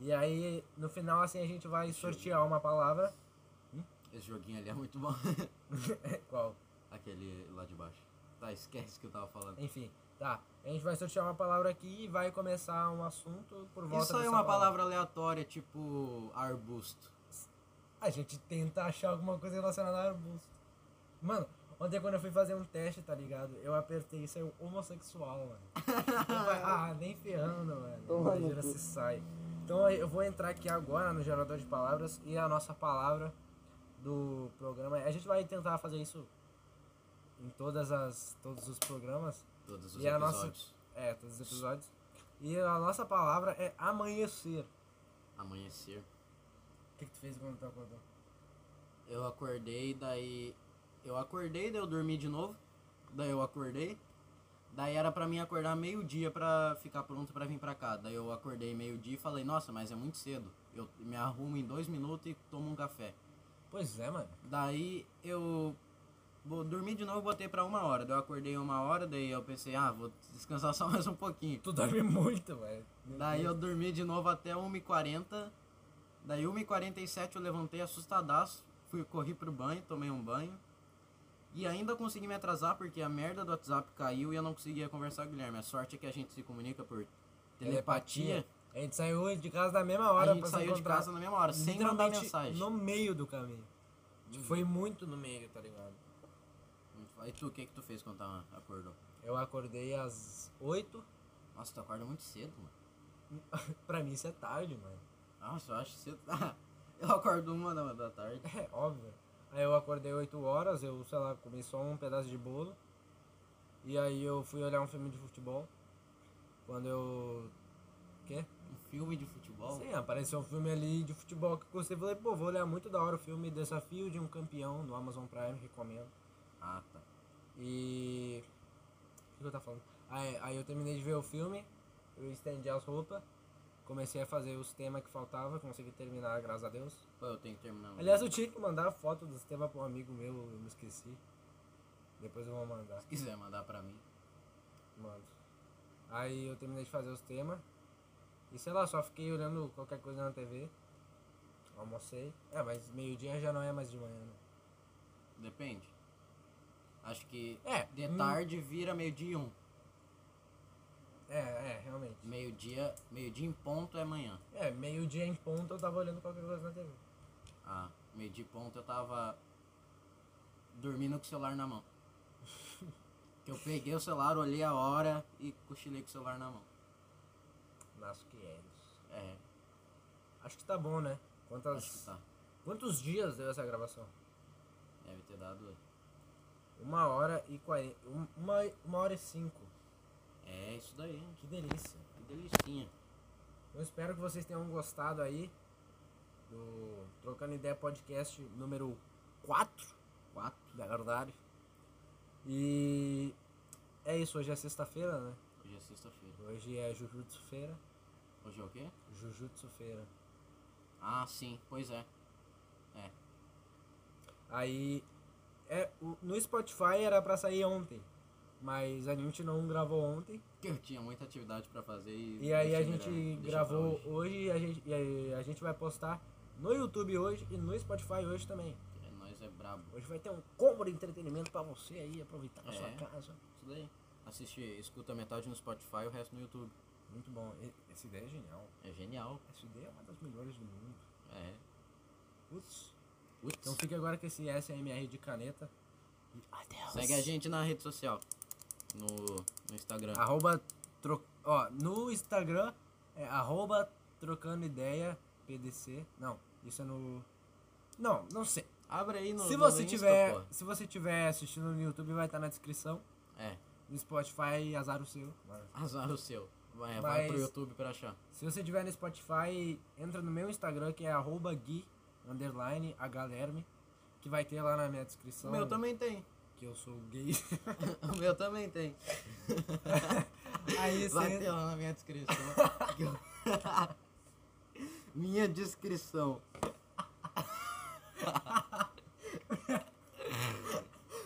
A: E aí, no final, assim, a gente vai sortear uma palavra.
B: Esse joguinho ali é muito bom.
A: Qual?
B: Aquele lá de baixo. Tá, esquece que eu tava falando.
A: Enfim, tá. A gente vai sortear uma palavra aqui e vai começar um assunto por volta
B: Isso aí é
A: dessa
B: uma palavra aleatória, tipo arbusto.
A: A gente tenta achar alguma coisa relacionada a arbusto. Mano, ontem quando eu fui fazer um teste, tá ligado? Eu apertei isso aí, homossexual, mano. ah, nem ferrando, mano.
B: Toma no
A: Imagina se sai. Então eu vou entrar aqui agora no gerador de palavras e a nossa palavra do programa. A gente vai tentar fazer isso em todas as, todos os programas.
B: Todos os
A: E a nossa-
B: episódios.
A: É, todos os episódios. E a nossa palavra é amanhecer.
B: Amanhecer.
A: O que, que tu fez quando tu acordou?
B: Eu acordei, daí. Eu acordei, daí eu dormi de novo. Daí eu acordei. Daí era pra mim acordar meio-dia pra ficar pronto pra vir pra cá. Daí eu acordei meio-dia e falei, nossa, mas é muito cedo. Eu me arrumo em dois minutos e tomo um café.
A: Pois é, mano.
B: Daí eu bo- dormi de novo e botei pra uma hora. Daí eu acordei uma hora, daí eu pensei, ah, vou descansar só mais um pouquinho.
A: Tu dorme muito, velho.
B: Daí eu dormi de novo até 1h40. Daí 1h47 eu levantei assustadaço. Fui, corri pro banho, tomei um banho. E ainda consegui me atrasar porque a merda do WhatsApp caiu e eu não conseguia conversar com o Guilherme. A sorte é que a gente se comunica por telepatia.
A: A gente saiu de casa na mesma hora
B: A gente
A: pra se
B: saiu de
A: encontrar.
B: casa na mesma hora, sem mandar
A: Literalmente
B: mensagem.
A: No meio do caminho. Tipo, Foi muito no meio, tá ligado?
B: E tu, o que que tu fez quando tava- acordou?
A: Eu acordei às 8.
B: Nossa, tu acorda muito cedo, mano.
A: pra mim isso é tarde, mano.
B: Nossa, eu acho cedo. eu acordo uma da, da tarde.
A: É óbvio. Aí eu acordei 8 horas, eu, sei lá, comi só um pedaço de bolo. E aí eu fui olhar um filme de futebol. Quando eu. Quê?
B: Um filme de futebol.
A: Sim, apareceu um filme ali de futebol que eu gostei. Falei, pô, vou olhar muito da hora o filme Desafio de um Campeão no Amazon Prime, recomendo.
B: Ah, tá.
A: E. O que eu tava falando? Aí, aí eu terminei de ver o filme, eu estendi as roupas, comecei a fazer os temas que faltava, consegui terminar, graças a Deus.
B: Pô, eu tenho que terminar. um
A: Aliás, eu tinha que mandar a foto dos temas pra um amigo meu, eu me esqueci. Depois eu vou mandar,
B: Se quiser mandar pra mim.
A: mano. Aí eu terminei de fazer os temas. E sei lá, só fiquei olhando qualquer coisa na TV. Almocei. É, mas meio-dia já não é mais de manhã, né?
B: Depende. Acho que
A: É,
B: de
A: hum.
B: tarde vira meio-dia e um.
A: É, é, realmente.
B: Meio-dia, meio-dia em ponto é amanhã.
A: É, meio-dia em ponto eu tava olhando qualquer coisa na TV.
B: Ah, meio-dia em ponto eu tava dormindo com o celular na mão. que eu peguei o celular, olhei a hora e cochilei com o celular na mão.
A: Nasco que eles.
B: É,
A: Acho que tá bom, né? Quantas,
B: acho que tá.
A: Quantos dias deu essa gravação?
B: Deve ter dado
A: Uma hora e quarenta. um, Uma, uma hora e cinco.
B: É isso daí.
A: Que delícia.
B: Que delicinha.
A: Eu espero que vocês tenham gostado aí do Trocando Ideia Podcast número 4,
B: Quatro.
A: da verdade. E é isso, hoje é sexta-feira, né?
B: Hoje é sexta-feira.
A: Hoje é Jujutsu-feira.
B: Hoje é o quê?
A: Jujutsu-feira.
B: Ah, sim. Pois é. É.
A: Aí, é, o- no Spotify era pra sair ontem, mas a gente não gravou ontem.
B: Porque eu tinha muita atividade pra fazer e...
A: E aí
B: deixei
A: a
B: melhor-
A: gente
B: deixei pra
A: gravou
B: hoje.
A: hoje e a gente, e aí a gente vai postar no YouTube hoje e no Spotify hoje também.
B: É, nós é brabo.
A: Hoje vai ter um combo de entretenimento pra você aí aproveitar na
B: É.
A: sua casa.
B: Isso daí. Assiste, escuta metade no Spotify e o resto no YouTube.
A: Muito bom. E- Essa ideia é genial.
B: É genial.
A: Essa ideia é uma das melhores do mundo.
B: É.
A: Putz.
B: Putz.
A: Então fique agora com esse SMR de caneta. E adeus.
B: Segue a gente na rede social. No, no Instagram.
A: Arroba tro... Ó, no Instagram é arroba trocando ideia PDC. Não, isso é no. Não, não sei.
B: Abre aí no
A: se
B: no
A: você
B: Insta,
A: tiver,
B: pô.
A: se você tiver assistindo no YouTube, vai estar na descrição.
B: É.
A: No Spotify, azar o seu.
B: Azar o seu. Vai, vai pro
A: Mas-
B: YouTube pra achar.
A: Se você tiver no Spotify, entra no meu Instagram que é arroba gui underline a Galerme, que vai ter lá na minha
B: O
A: descrição
B: meu também tem.
A: que eu sou gay.
B: O meu também tem.
A: Aí
B: Vai
A: você
B: ter lá na minha descrição. que eu- minha descrição.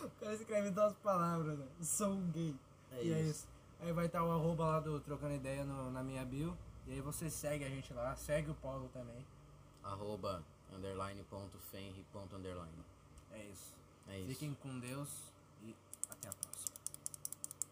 A: o cara escreve duas palavras, né? Sou um gay.
B: É
A: e é
B: isso.
A: isso. Aí vai estar o arroba lá do Trocando Ideia no- na minha bio. E aí você segue a gente lá, segue o Paulo também.
B: Arroba underline ponto fenri ponto underline.
A: É isso.
B: É isso.
A: Fiquem com Deus.